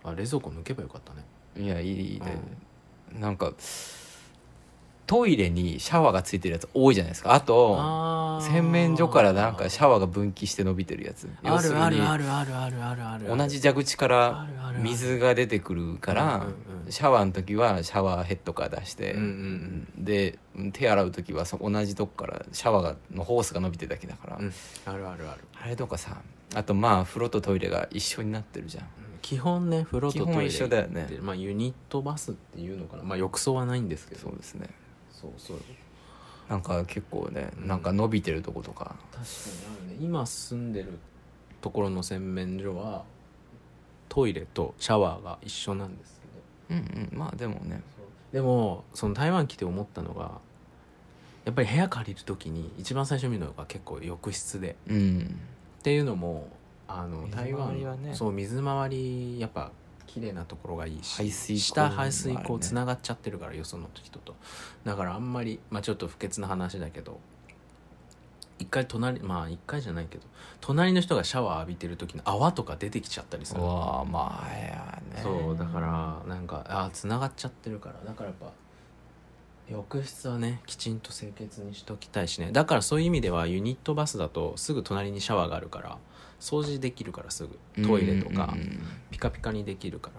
[SPEAKER 2] あ冷蔵庫抜けばよかったね
[SPEAKER 1] いやいいいいねなんかトイレにシャワーがついてるやつ多いじゃないですかあと
[SPEAKER 2] あー
[SPEAKER 1] 洗面所からなんかシャワーが分岐して伸びてるやつ
[SPEAKER 2] あるあるあ
[SPEAKER 1] る
[SPEAKER 2] るあるあるあるある
[SPEAKER 1] 同じ蛇口から
[SPEAKER 2] あるあるある
[SPEAKER 1] 水が出てくるから
[SPEAKER 2] うんうん
[SPEAKER 1] シャワーの時はシャワーヘッドから出して、
[SPEAKER 2] うんうん
[SPEAKER 1] で手洗う時はそ同じとこからシャワーがのホースが伸びてるだけだから、
[SPEAKER 2] うん、あるあるある、
[SPEAKER 1] あれとかさあとまあ風呂とトイレが一緒になってるじゃん
[SPEAKER 2] うん基本ね風呂と
[SPEAKER 1] 基
[SPEAKER 2] トイ
[SPEAKER 1] 本
[SPEAKER 2] レ
[SPEAKER 1] 一緒だよね
[SPEAKER 2] ってまあ、ユニットバスっていうのかな、まあ、浴槽はないんですけど
[SPEAKER 1] そうですね
[SPEAKER 2] そうそう
[SPEAKER 1] なんか結構ね
[SPEAKER 2] うん
[SPEAKER 1] なんか伸びてるとことか、
[SPEAKER 2] 確かにあるね今住んでるところの洗面所はトイレとシャワーが一緒なんですけど
[SPEAKER 1] うんうんまあでもね
[SPEAKER 2] でもその台湾来て思ったのがやっぱり部屋借りる時に一番最初見るのが結構浴室で
[SPEAKER 1] うん
[SPEAKER 2] っていうのもあの
[SPEAKER 1] 水
[SPEAKER 2] 台
[SPEAKER 1] 回りはね
[SPEAKER 2] 湾、そう水回りやっぱ綺麗なところがいいし
[SPEAKER 1] 排水溝
[SPEAKER 2] 下排水
[SPEAKER 1] もある
[SPEAKER 2] 溝
[SPEAKER 1] ね
[SPEAKER 2] つながっちゃってるからよその人とだからあんまり、まあ、ちょっと不潔な話だけど一回隣まあ一回じゃないけど隣の人がシャワー浴びてる時の泡とか出てきちゃったりす
[SPEAKER 1] う
[SPEAKER 2] る
[SPEAKER 1] わーまあやね
[SPEAKER 2] そうだからなんかあつながっちゃってるからだからやっぱ浴室はねきちんと清潔にしときたいしねだからそういう意味ではユニットバスだとすぐ隣にシャワーがあるから掃除できるからすぐトイレとか
[SPEAKER 1] うんうんうん
[SPEAKER 2] ピカピカにできるか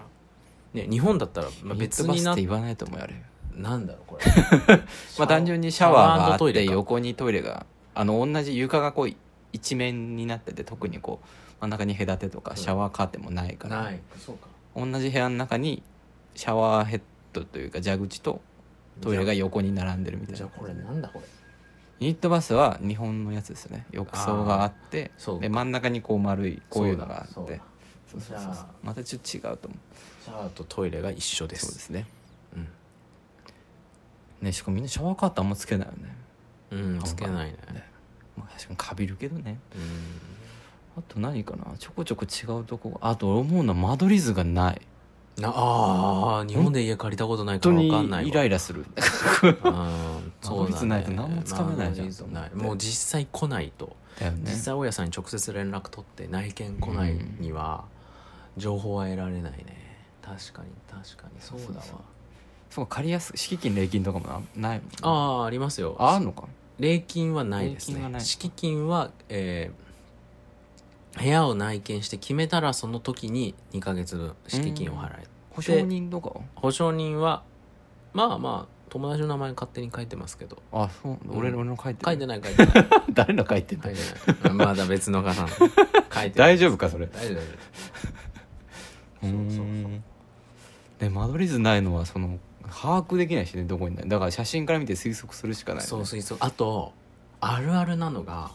[SPEAKER 2] ら、ね、日本だったらまあ別に
[SPEAKER 1] ユニットバスっ
[SPEAKER 2] な
[SPEAKER 1] て言わないと思うよあれ
[SPEAKER 2] なんだろうこれ
[SPEAKER 1] (laughs) まあ単純にシャワーがあ
[SPEAKER 2] ト
[SPEAKER 1] っ
[SPEAKER 2] イレ
[SPEAKER 1] て
[SPEAKER 2] か
[SPEAKER 1] 横にトイレがあの同じ床がこう一面になってて特にこう真ん中に隔てとか
[SPEAKER 2] うん
[SPEAKER 1] シャワーカーテンもないから、
[SPEAKER 2] ないそうか
[SPEAKER 1] 同じ部屋の中にシャワーヘッドというか蛇口とトイレが横に並んでるみたい
[SPEAKER 2] じゃ
[SPEAKER 1] な
[SPEAKER 2] あこれなんだこれ
[SPEAKER 1] ユニットバスは日本のやつですよね浴槽があって
[SPEAKER 2] あーそう
[SPEAKER 1] で真ん中にこう丸いこういうのがあって
[SPEAKER 2] そ
[SPEAKER 1] そう
[SPEAKER 2] だそう
[SPEAKER 1] うそう
[SPEAKER 2] だ
[SPEAKER 1] そう
[SPEAKER 2] じゃあ
[SPEAKER 1] またちょっと違うと思う
[SPEAKER 2] シャワーとトイレが一緒です
[SPEAKER 1] そうですね
[SPEAKER 2] うん
[SPEAKER 1] ねしかもみんなシャワーカーテンあんまつけないよね
[SPEAKER 2] うん、つけないね。
[SPEAKER 1] まあ確かにかびるけどね
[SPEAKER 2] うん
[SPEAKER 1] あと何かなちょこちょこ違うとこあと思うのは間取り図がない
[SPEAKER 2] なあー日本で家借りたことないから
[SPEAKER 1] 本
[SPEAKER 2] 分かん
[SPEAKER 1] 当
[SPEAKER 2] ない
[SPEAKER 1] に
[SPEAKER 2] わ
[SPEAKER 1] イライラする
[SPEAKER 2] うんそうだね
[SPEAKER 1] 間取り図ないと何もつかめないじゃん
[SPEAKER 2] 間取り図な
[SPEAKER 1] と思っ
[SPEAKER 2] い
[SPEAKER 1] て
[SPEAKER 2] もう実際来ないと、
[SPEAKER 1] だよね
[SPEAKER 2] 実際大家さんに直接連絡取って内見来ないには情報は得られないね確かに確かにそうだ
[SPEAKER 1] そう
[SPEAKER 2] わ
[SPEAKER 1] そうそうか借りやす敷金礼金とかもなないもんね
[SPEAKER 2] ああありますよ
[SPEAKER 1] ああんのか
[SPEAKER 2] 礼金はないです
[SPEAKER 1] 礼金は
[SPEAKER 2] ね
[SPEAKER 1] ない
[SPEAKER 2] 敷金は、えー部屋を内見して決めたらその時に2ヶ月分敷金を払え
[SPEAKER 1] 保証人とかは
[SPEAKER 2] 保証人はまあまあ友達の名前勝手に書いてますけど
[SPEAKER 1] あそう俺の俺の書いてる
[SPEAKER 2] 書いてない書いてない書いて
[SPEAKER 1] (laughs) 誰の書いてんだ
[SPEAKER 2] ないうんまだ別の方の書いてない
[SPEAKER 1] 大丈夫かそれ
[SPEAKER 2] 大丈夫
[SPEAKER 1] う
[SPEAKER 2] そうそうそうん
[SPEAKER 1] で間取り図ないのはその把握できないしねどこにないだから写真から見て推測するしかない、ね、
[SPEAKER 2] そうそうそうあとあるあるなのが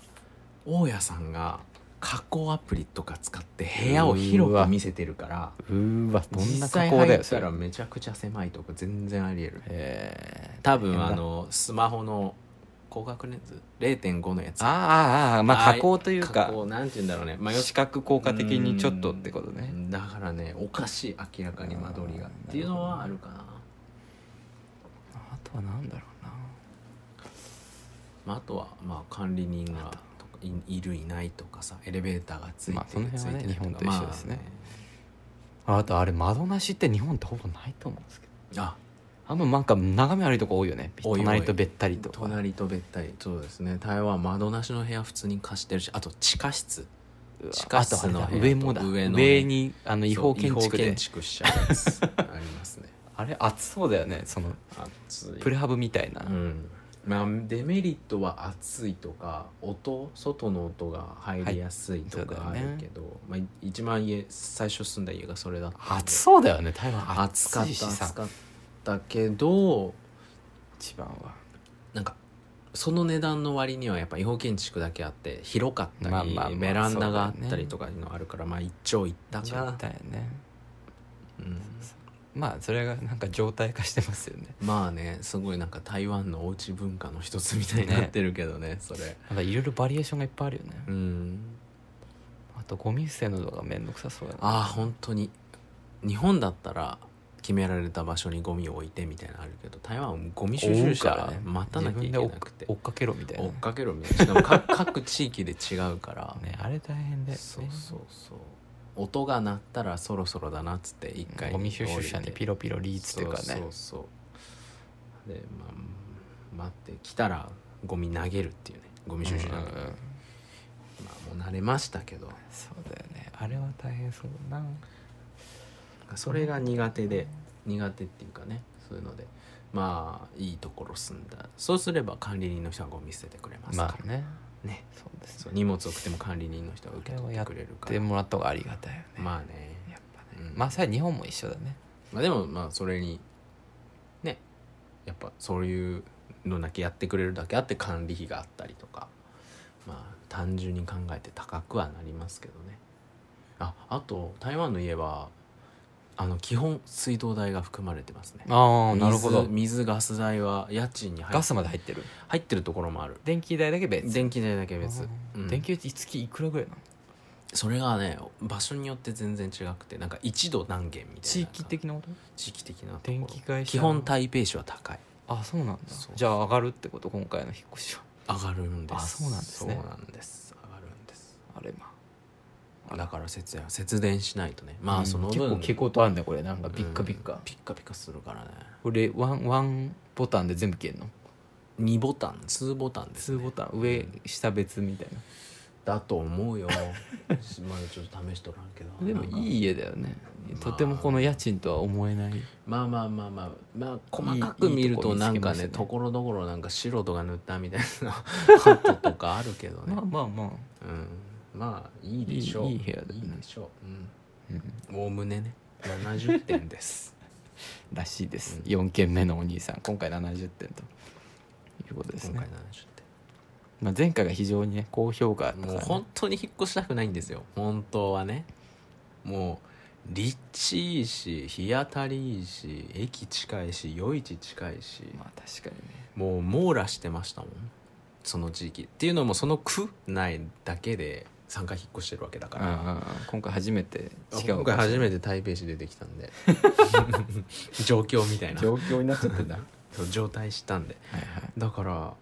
[SPEAKER 2] 大家さんが加工アプリとか使って部屋を広く見せてるから
[SPEAKER 1] うーわどんな
[SPEAKER 2] 実
[SPEAKER 1] 加
[SPEAKER 2] 際
[SPEAKER 1] 工だ
[SPEAKER 2] 入
[SPEAKER 1] よ
[SPEAKER 2] った
[SPEAKER 1] それ
[SPEAKER 2] らめちゃくちゃ狭いとこ全然ありえる
[SPEAKER 1] えー
[SPEAKER 2] 多
[SPEAKER 1] 大
[SPEAKER 2] 分
[SPEAKER 1] 変だ
[SPEAKER 2] あのスマホの光学レンズ0.5のやつ
[SPEAKER 1] ああああまあ加工という
[SPEAKER 2] 加
[SPEAKER 1] か
[SPEAKER 2] 工なんて言うんだろうね、まあ、
[SPEAKER 1] 視覚効果的にちょっとってことね
[SPEAKER 2] うんだからねおかしい明らかに間取りが
[SPEAKER 1] あ
[SPEAKER 2] っ
[SPEAKER 1] ー
[SPEAKER 2] ていうのはあるかな、
[SPEAKER 1] あとはなんだろうな
[SPEAKER 2] まあ、あとはまあ管理人がとかいいるいないとかさエレベーターがついてる、
[SPEAKER 1] まあその辺はね
[SPEAKER 2] ついてない
[SPEAKER 1] 日
[SPEAKER 2] か
[SPEAKER 1] 本と一緒ですねああとあれ窓なしって日本ってほぼないと思うんですけど
[SPEAKER 2] まあね
[SPEAKER 1] あんまなんか眺め悪いとこ多いよね
[SPEAKER 2] 多い多い
[SPEAKER 1] 隣とべったり
[SPEAKER 2] あ
[SPEAKER 1] とか
[SPEAKER 2] 隣とべったりそうですね台湾窓なしの部屋普通に貸してるしあと地下室
[SPEAKER 1] うわ
[SPEAKER 2] 地下
[SPEAKER 1] あと
[SPEAKER 2] 室
[SPEAKER 1] あれ
[SPEAKER 2] の
[SPEAKER 1] だ
[SPEAKER 2] 部屋と
[SPEAKER 1] 上もだ
[SPEAKER 2] 上
[SPEAKER 1] 上,、
[SPEAKER 2] のね
[SPEAKER 1] にあの違法建
[SPEAKER 2] そう違
[SPEAKER 1] 築
[SPEAKER 2] 法建
[SPEAKER 1] で
[SPEAKER 2] 築しちゃうやつあります
[SPEAKER 1] (laughs)
[SPEAKER 2] ね
[SPEAKER 1] あれ暑そうだよねその
[SPEAKER 2] 暑い
[SPEAKER 1] プレハブみたいな、
[SPEAKER 2] うんまあ、デメリットは暑いとか音外の音が入りやすいとかあ
[SPEAKER 1] はいそうだよね
[SPEAKER 2] るけど、まあ、一番家最初住んだ家がそれだったんで
[SPEAKER 1] 暑そうだよね台湾
[SPEAKER 2] 暑かっ
[SPEAKER 1] 暑いした
[SPEAKER 2] 暑
[SPEAKER 1] さ
[SPEAKER 2] かったけど
[SPEAKER 1] 一番は
[SPEAKER 2] なんかその値段の割にはやっぱ違法建築だけあって広かったり、
[SPEAKER 1] まあまあまあ
[SPEAKER 2] ベランダが
[SPEAKER 1] そ
[SPEAKER 2] あ
[SPEAKER 1] うだ
[SPEAKER 2] っ
[SPEAKER 1] よ
[SPEAKER 2] た
[SPEAKER 1] ね
[SPEAKER 2] りとかいうのあるから、まあ一長一短
[SPEAKER 1] 一
[SPEAKER 2] かな
[SPEAKER 1] 番だよね
[SPEAKER 2] うん
[SPEAKER 1] まあそれがなんか状態化してますよね
[SPEAKER 2] まあねすごいなんか台湾のおうち文化の一つみたいになってるけどねそ
[SPEAKER 1] (laughs)
[SPEAKER 2] れ
[SPEAKER 1] なんかいろいろバリエーションがいっぱいあるよね、
[SPEAKER 2] うん
[SPEAKER 1] あとゴミ捨てるのとかめんどくさそうやな
[SPEAKER 2] ああ本当に日本だったら決められた場所にゴミを置いてみたいなのあるけど台湾はゴミ収集
[SPEAKER 1] 追う
[SPEAKER 2] 車
[SPEAKER 1] からね
[SPEAKER 2] 待たなきゃいけなくて
[SPEAKER 1] 追っかけろみたいな
[SPEAKER 2] 追っかけろみたいなしかもか (laughs) 各地域で違うから、
[SPEAKER 1] ねあれ大変で
[SPEAKER 2] そうそうそう音が鳴ったらそろそろだなっつって一回
[SPEAKER 1] ゴミ収集車にピ
[SPEAKER 2] ロ
[SPEAKER 1] ロピロリーツっていうかね
[SPEAKER 2] そうそうそうで、まあ、待って来たらゴミ投げるっていうねゴミ収集車、
[SPEAKER 1] うんうんうん
[SPEAKER 2] まあ、もう慣れましたけど
[SPEAKER 1] そうだよねあれは大変そうだな
[SPEAKER 2] それが苦手で苦手っていうかねそういうのでまあいいところ住んだそうすれば管理人の人がゴミ捨ててくれますから、
[SPEAKER 1] まあね
[SPEAKER 2] ね
[SPEAKER 1] そうです
[SPEAKER 2] そ
[SPEAKER 1] ね
[SPEAKER 2] う荷物送っても管理人の人が受け取ってくれるから
[SPEAKER 1] でもらった方がありがたいよね
[SPEAKER 2] まあね
[SPEAKER 1] やっぱね
[SPEAKER 2] うん
[SPEAKER 1] まあそれは日本も一緒だね
[SPEAKER 2] まあでもまあそれにねやっぱそういうのだけやってくれるだけあって管理費があったりとかまあ単純に考えて高くはなりますけどねああと台湾の家はあの基本水道代が含まれてますね
[SPEAKER 1] ああなるほど
[SPEAKER 2] 水水ガス代は家賃に入っ
[SPEAKER 1] ガスまで入ってる
[SPEAKER 2] 入ってるところもある
[SPEAKER 1] 電気代だけ別
[SPEAKER 2] 電気代だけ別
[SPEAKER 1] あ、ー
[SPEAKER 2] うん
[SPEAKER 1] 電気代月いくらぐらいなの
[SPEAKER 2] それがね場所によって全然違くてなんか一度何軒みたいな
[SPEAKER 1] 地域的なこと
[SPEAKER 2] 地域的なところ
[SPEAKER 1] 電気会社
[SPEAKER 2] 基本台北市は高い
[SPEAKER 1] あそうなんだ
[SPEAKER 2] そう
[SPEAKER 1] じゃあ上がるってこと今回の引っ越しは
[SPEAKER 2] 上上がるんです
[SPEAKER 1] あそうなんですね
[SPEAKER 2] そうなんです上がるんです
[SPEAKER 1] あれま
[SPEAKER 2] だから節や節電しないとねま
[SPEAKER 1] う
[SPEAKER 2] あ
[SPEAKER 1] ん
[SPEAKER 2] その
[SPEAKER 1] 結構
[SPEAKER 2] 分
[SPEAKER 1] 聞くことあんねこれなんかピッカピッカ、
[SPEAKER 2] うんピッカピカするからね
[SPEAKER 1] これワンワンボタンで全部消えんの
[SPEAKER 2] 2ボタン2ボタンです、
[SPEAKER 1] 2
[SPEAKER 2] ね、
[SPEAKER 1] ボタン上下別みたい
[SPEAKER 2] だと思うよ (laughs) しまだちょっと試しとらんけど
[SPEAKER 1] なでもい
[SPEAKER 2] い
[SPEAKER 1] い家だよね
[SPEAKER 2] まあ
[SPEAKER 1] とてもこの家賃とは思えない
[SPEAKER 2] まあまあまあまあまあ
[SPEAKER 1] い
[SPEAKER 2] 細
[SPEAKER 1] い
[SPEAKER 2] かく見る
[SPEAKER 1] い
[SPEAKER 2] と
[SPEAKER 1] い
[SPEAKER 2] なんか
[SPEAKER 1] いい
[SPEAKER 2] ね
[SPEAKER 1] とこと
[SPEAKER 2] ころどころなんか白とか塗ったみたいなハットとかあるけど
[SPEAKER 1] (laughs)
[SPEAKER 2] ね、
[SPEAKER 1] まあまあまあ
[SPEAKER 2] うん、まあいいでしょう
[SPEAKER 1] いいいい部屋だよね
[SPEAKER 2] いいでしょ
[SPEAKER 1] うん
[SPEAKER 2] うおおむねね70点です
[SPEAKER 1] らしいです、
[SPEAKER 2] うん
[SPEAKER 1] 4軒目のお兄さん今回70点ということ (laughs) です
[SPEAKER 2] 今回
[SPEAKER 1] ね
[SPEAKER 2] 70、
[SPEAKER 1] まあ、前回が非常にね高評価だっ
[SPEAKER 2] 点
[SPEAKER 1] たか
[SPEAKER 2] もう
[SPEAKER 1] ら
[SPEAKER 2] 本当に引っ越したくないんですよ本当はねもう立地いいし日当たりいいし駅近いし夜市近いし
[SPEAKER 1] まあ確かにね
[SPEAKER 2] もう網羅してましたもんその地域っていうのもその区内だけで3回引っ越してるわけだから、
[SPEAKER 1] ああ今回初めて違う
[SPEAKER 2] 今回初めて台北市出てきたんで
[SPEAKER 1] (laughs)
[SPEAKER 2] 状況みたいな
[SPEAKER 1] 状況になっちゃってんだ (laughs) は
[SPEAKER 2] そう状態したんで
[SPEAKER 1] いはい
[SPEAKER 2] だから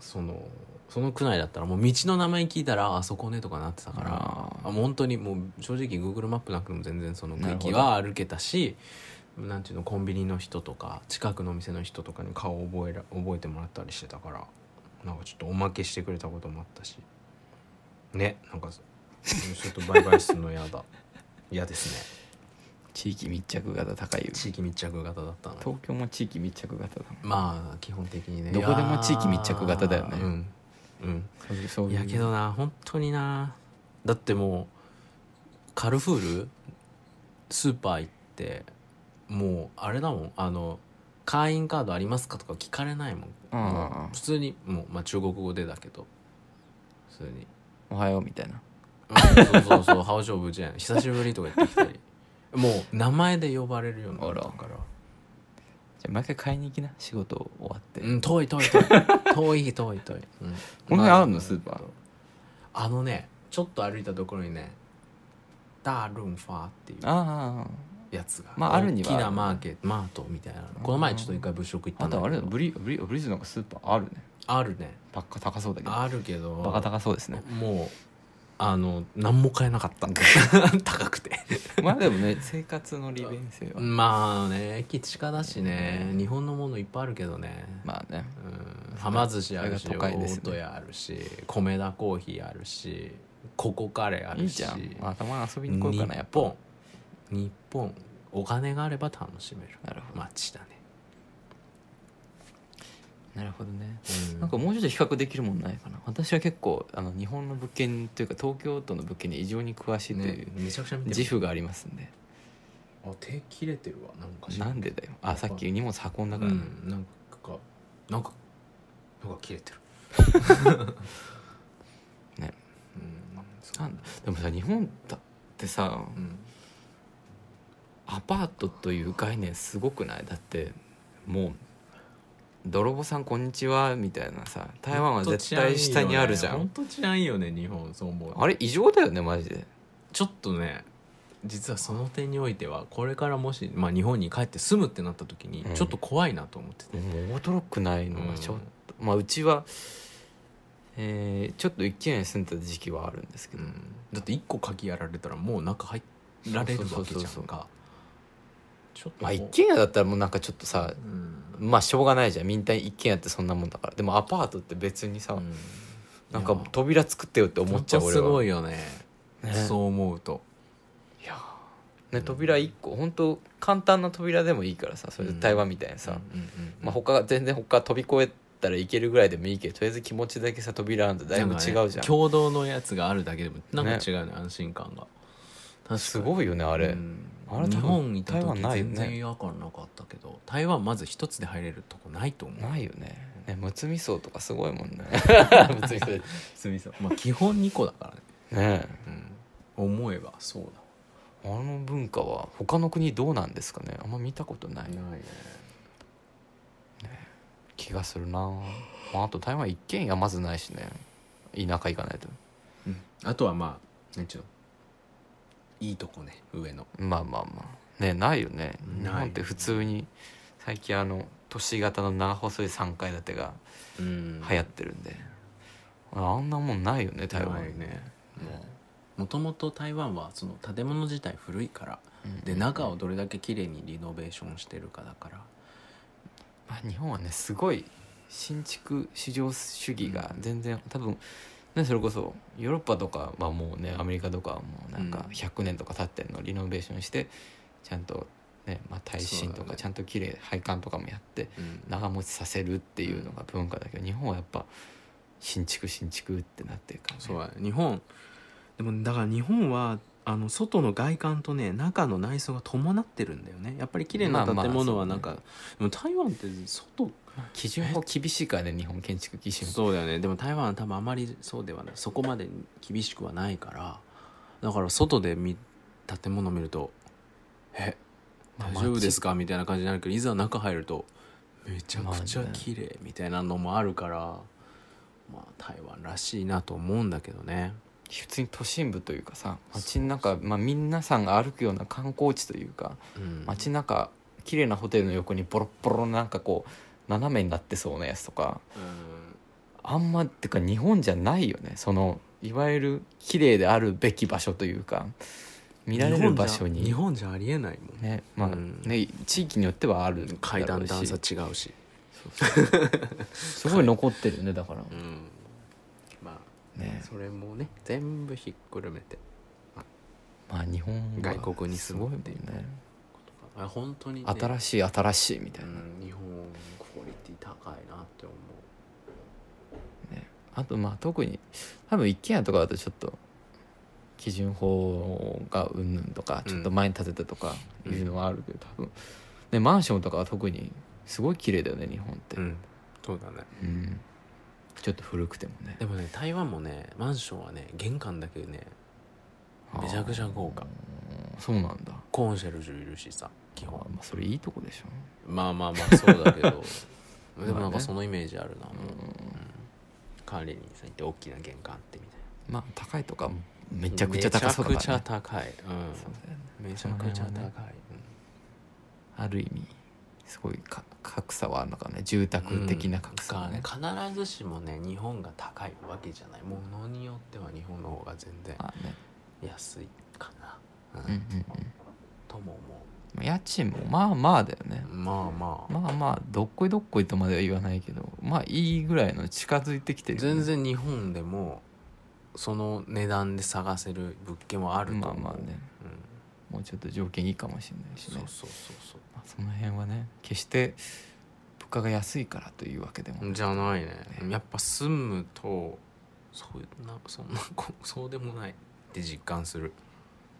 [SPEAKER 2] そのその区内だったらもう道の名前聞いたらあそこねとかなってたから
[SPEAKER 1] あー
[SPEAKER 2] あもう本当にもう正直 Google マップなくても全然その区
[SPEAKER 1] なるほ
[SPEAKER 2] 域
[SPEAKER 1] ど
[SPEAKER 2] は歩けたしなんていうのコンビニの人とか近くのお店の人とかに顔を覚えら覚えてもらったりしてたからなんかちょっとおまけしてくれたこともあったしねなんかちょっとバイバイするの嫌だ (laughs) 嫌ですね
[SPEAKER 1] 地域密着型高い
[SPEAKER 2] 地域密着型だったので
[SPEAKER 1] 東京も地域密着型だもん
[SPEAKER 2] まあ基本的にね
[SPEAKER 1] どこでも地域密着型だよね
[SPEAKER 2] いやーうん、うん
[SPEAKER 1] そういうそう
[SPEAKER 2] い
[SPEAKER 1] いう
[SPEAKER 2] やけどな本当になだってもうカルフールスーパー行ってもうあれだもんあの会員カードありますかとか聞かれないもん
[SPEAKER 1] うんうんうん
[SPEAKER 2] もう普通にもう、まあ、中国語でだけど普通に
[SPEAKER 1] おはようみたいな
[SPEAKER 2] うんそうそ
[SPEAKER 1] (laughs)
[SPEAKER 2] うそう「ハオジョブじゃん久しぶり」とか言ってきたりもう名前で呼ばれるようになったから
[SPEAKER 1] じゃあ毎回買いに行きな仕事終わって、
[SPEAKER 2] うん遠い遠い遠い遠い遠い遠い、うん、
[SPEAKER 1] この辺あるのスーパー
[SPEAKER 2] あのねちょっと歩いたところにねダールンファーっていう
[SPEAKER 1] ああ
[SPEAKER 2] やつが
[SPEAKER 1] まああるには
[SPEAKER 2] 大きなマーケットマートみたいなのこの前ちょっと一回物色行った
[SPEAKER 1] あ
[SPEAKER 2] んだ
[SPEAKER 1] と
[SPEAKER 2] けど
[SPEAKER 1] あれだブリブリブリーズなんかスーパーあるね
[SPEAKER 2] あるね
[SPEAKER 1] バカ高そうだけど
[SPEAKER 2] あるけど
[SPEAKER 1] バカ高そう
[SPEAKER 2] (laughs)
[SPEAKER 1] ですね
[SPEAKER 2] もうあの何も買えなかった (laughs) んで高くて
[SPEAKER 1] まあでもね生活の利便性は
[SPEAKER 2] まあね駅近だしね日本のものいっぱいあるけどね、
[SPEAKER 1] まあね
[SPEAKER 2] うんはま寿司あるし
[SPEAKER 1] それが都会ですね
[SPEAKER 2] 大戸屋あるし米田コーヒーあるしココカレーあ
[SPEAKER 1] い
[SPEAKER 2] る
[SPEAKER 1] い
[SPEAKER 2] し
[SPEAKER 1] じゃん頭遊びに来ようかなやっぱ
[SPEAKER 2] 日本日本お金があれば楽しめる
[SPEAKER 1] なるほど
[SPEAKER 2] 街だね、
[SPEAKER 1] なるほどね
[SPEAKER 2] うん
[SPEAKER 1] なんかもうちょっと比較できるもんないかな私は結構あの日本の物件というか東京都の物件に異常に詳しいとい
[SPEAKER 2] ね
[SPEAKER 1] う、
[SPEAKER 2] めちゃくちゃ見てる
[SPEAKER 1] 自負がありますんで、
[SPEAKER 2] あ手切れてるわなんかしら
[SPEAKER 1] なんでだよあさっき荷物運んだ
[SPEAKER 2] う
[SPEAKER 1] からね、
[SPEAKER 2] んなんかなんかなんか
[SPEAKER 1] (laughs)
[SPEAKER 2] 切れてる
[SPEAKER 1] ね
[SPEAKER 2] うんそう
[SPEAKER 1] なんでもさ日本だってさ
[SPEAKER 2] うん
[SPEAKER 1] アパートという概念すごくないだってもう泥棒さんこんにちはみたいなさ台湾は絶対下にあるじゃん、
[SPEAKER 2] 本当治安いいよね日本そう思う
[SPEAKER 1] あれ異常だよねマジで
[SPEAKER 2] ちょっとね実はその点においてはこれからもし、まあ、日本に帰って住むってなった時に
[SPEAKER 1] うん
[SPEAKER 2] ちょっと怖いなと思ってて、
[SPEAKER 1] もう驚くないの
[SPEAKER 2] う
[SPEAKER 1] が
[SPEAKER 2] ん
[SPEAKER 1] ちょっと、まあうちは、えーちょっと一軒家に住んでた時期はあるんですけ
[SPEAKER 2] う
[SPEAKER 1] ど、
[SPEAKER 2] んだって1個鍵やられたらもう中入られるわけじゃ
[SPEAKER 1] そ
[SPEAKER 2] ん
[SPEAKER 1] うそうそうそ
[SPEAKER 2] かちょっと
[SPEAKER 1] まあ
[SPEAKER 2] こう
[SPEAKER 1] 一軒家だったらもうなんかちょっとさ
[SPEAKER 2] うん
[SPEAKER 1] まあしょうがないじゃん民間一軒家ってそんなもんだからでもアパートって別にさ、
[SPEAKER 2] うん
[SPEAKER 1] なん
[SPEAKER 2] い
[SPEAKER 1] か
[SPEAKER 2] や
[SPEAKER 1] 扉作ってよって思っちゃう
[SPEAKER 2] 本
[SPEAKER 1] 俺
[SPEAKER 2] 当
[SPEAKER 1] は
[SPEAKER 2] すごいよね
[SPEAKER 1] ね
[SPEAKER 2] そう思うと
[SPEAKER 1] いやーね扉1個本当簡単な扉でもいいからさそれ
[SPEAKER 2] うん
[SPEAKER 1] 台湾みたいにさ、
[SPEAKER 2] うんうんうん
[SPEAKER 1] まあ、他が全然他飛び越えたらいけるぐらいでもいいけどとりあえず気持ちだけさ扉あるとだいぶ違うじゃん
[SPEAKER 2] なんかね共同のやつがあるだけでもなんか違うね安心感が確かに
[SPEAKER 1] すごいよねあれ、
[SPEAKER 2] うん
[SPEAKER 1] あれ
[SPEAKER 2] 日
[SPEAKER 1] 多分
[SPEAKER 2] 本いた
[SPEAKER 1] 台
[SPEAKER 2] 時
[SPEAKER 1] 湾ないよ
[SPEAKER 2] 全
[SPEAKER 1] ね
[SPEAKER 2] 然違和感なかったけど台湾まず一つで入れるとこないと思う
[SPEAKER 1] ないよねねむつみそうとかすごいもん
[SPEAKER 2] (laughs)
[SPEAKER 1] ねむ (laughs) つみそうね
[SPEAKER 2] すみませんまあ基本2個だからね、
[SPEAKER 1] え
[SPEAKER 2] うん、思えばそう
[SPEAKER 1] あの文化は他の国どうなんですかねあんま見たことな
[SPEAKER 2] だ
[SPEAKER 1] い
[SPEAKER 2] ないね
[SPEAKER 1] 気がするな、まあ、あと台湾一軒家まずないしね田舎行かないと
[SPEAKER 2] うんあとはまあなんちゅうのいいとこね上の
[SPEAKER 1] まあまあまあねないよね
[SPEAKER 2] ない
[SPEAKER 1] 日本って普通に最近あの都市型の長細い3階建てが
[SPEAKER 2] うん
[SPEAKER 1] 流行ってるんで、あんなもんないよね台湾
[SPEAKER 2] ないねもともと台湾はその建物自体古いから
[SPEAKER 1] うん
[SPEAKER 2] で中をどれだけ綺麗にリノベーションしてるかだから
[SPEAKER 1] まあ、日本はねすごい新築市場主義が全然多分ねそれこそヨーロッパとかはもうねアメリカとかはもうなんか
[SPEAKER 2] うん
[SPEAKER 1] 100年とか経ってんのリノベーションしてちゃんと、ねまあ、耐震と
[SPEAKER 2] そうだ
[SPEAKER 1] か
[SPEAKER 2] ね
[SPEAKER 1] ちゃんと綺麗配管とかもやって
[SPEAKER 2] うん
[SPEAKER 1] 長持ちさせるっていうのが文化だけど日本はやっぱ新築新築ってなってるから、ね、
[SPEAKER 2] そうだね日本でもだから日本はあの外の外観とね中の内装が伴ってるんだよねやっぱり綺麗な
[SPEAKER 1] まあまあ
[SPEAKER 2] 建物はなん
[SPEAKER 1] そ
[SPEAKER 2] か、でも台湾って外
[SPEAKER 1] 基準も厳しいからね日本建築基準
[SPEAKER 2] そうだよねでも台湾は多分あまりそうではないそこまで厳しくはないからだから外で見建物見ると「え大丈夫ですか?」みたいな感じになるけどいざ中入るとめちゃくちゃ
[SPEAKER 1] まあね
[SPEAKER 2] 綺麗みたいなのもあるから、まあ台湾らしいなと思うんだけどね。
[SPEAKER 1] 普通に都心部というかさ街の中、まあ、皆さんが歩くような観光地というか
[SPEAKER 2] うん
[SPEAKER 1] 街中綺麗なホテルの横にボロッボロのなんかこう斜めになってそうなやつとか
[SPEAKER 2] うん
[SPEAKER 1] あんまってか日本じゃないよねそのいわゆる綺麗であるべき場所というか見られる場所に
[SPEAKER 2] 日本じゃ日本じゃありえないもん、
[SPEAKER 1] ねまあ
[SPEAKER 2] うん
[SPEAKER 1] ね地域によってはあるだろうし
[SPEAKER 2] 階段段差違うし、
[SPEAKER 1] そうそうすごい残ってるよねだから
[SPEAKER 2] うんまあ、
[SPEAKER 1] ね
[SPEAKER 2] それもね全部ひっくるめて
[SPEAKER 1] まあ日本が
[SPEAKER 2] 外国に
[SPEAKER 1] す
[SPEAKER 2] 住
[SPEAKER 1] ごいも
[SPEAKER 2] むっ
[SPEAKER 1] ん
[SPEAKER 2] て
[SPEAKER 1] ね
[SPEAKER 2] いうあ本当に、ね、
[SPEAKER 1] 新しい新しいみた
[SPEAKER 2] う
[SPEAKER 1] いな、
[SPEAKER 2] ん日本クオリティ高いなって思う
[SPEAKER 1] あとまあ特に多分一軒家とかだとちょっと基準法がうんぬんとか
[SPEAKER 2] うん
[SPEAKER 1] ちょっと前に建てたとかいうのはあるけど、多分でマンションとかは特にすごい綺麗だよね日本って、
[SPEAKER 2] んそうだね
[SPEAKER 1] うんちょっと古くてもね
[SPEAKER 2] でもね台湾もねマンションはね玄関だけねめちゃくちゃ豪華
[SPEAKER 1] あーそうなんだ
[SPEAKER 2] コンシェルジュいるしさ基
[SPEAKER 1] あー
[SPEAKER 2] 本
[SPEAKER 1] まあそれいいとこでしょ
[SPEAKER 2] まあまあまあそうだけ
[SPEAKER 1] (laughs)
[SPEAKER 2] ど
[SPEAKER 1] ね
[SPEAKER 2] でもなんかそのイメージあるな、もう
[SPEAKER 1] うん
[SPEAKER 2] 管理人さん行って大きな玄関あってみたいな
[SPEAKER 1] まあ高いとかめちゃくちゃ高そうだ
[SPEAKER 2] めち
[SPEAKER 1] か
[SPEAKER 2] ゃ
[SPEAKER 1] ら
[SPEAKER 2] く
[SPEAKER 1] ね
[SPEAKER 2] ちゃ高い、
[SPEAKER 1] そうだよね
[SPEAKER 2] うん、めちゃくちゃ高い、
[SPEAKER 1] ある意味すごいか格差はあるのかね住宅的な格差
[SPEAKER 2] が
[SPEAKER 1] はね
[SPEAKER 2] ね、必ずしもね日本が高いわけじゃないものによっては日本の方が全然
[SPEAKER 1] まあね
[SPEAKER 2] 安いかな、
[SPEAKER 1] うんうんうん
[SPEAKER 2] とも思
[SPEAKER 1] まあ家賃もまあまあだよね
[SPEAKER 2] うまあまあ、
[SPEAKER 1] まあまあどっこいどっこいとまでは言わないけどまあいいぐらいの近づいてきてるよね、
[SPEAKER 2] 全然日本でもその値段で探せる物件はあると
[SPEAKER 1] まあ
[SPEAKER 2] 思う、
[SPEAKER 1] まあね
[SPEAKER 2] うん、
[SPEAKER 1] もうちょっと条件いいかもしれないし
[SPEAKER 2] そう
[SPEAKER 1] ね
[SPEAKER 2] そうそう
[SPEAKER 1] まあ、その辺はね決して物価が安いからというわけでも
[SPEAKER 2] そうじゃないねやっぱ住むとそうなそんなこそうでもないって実感する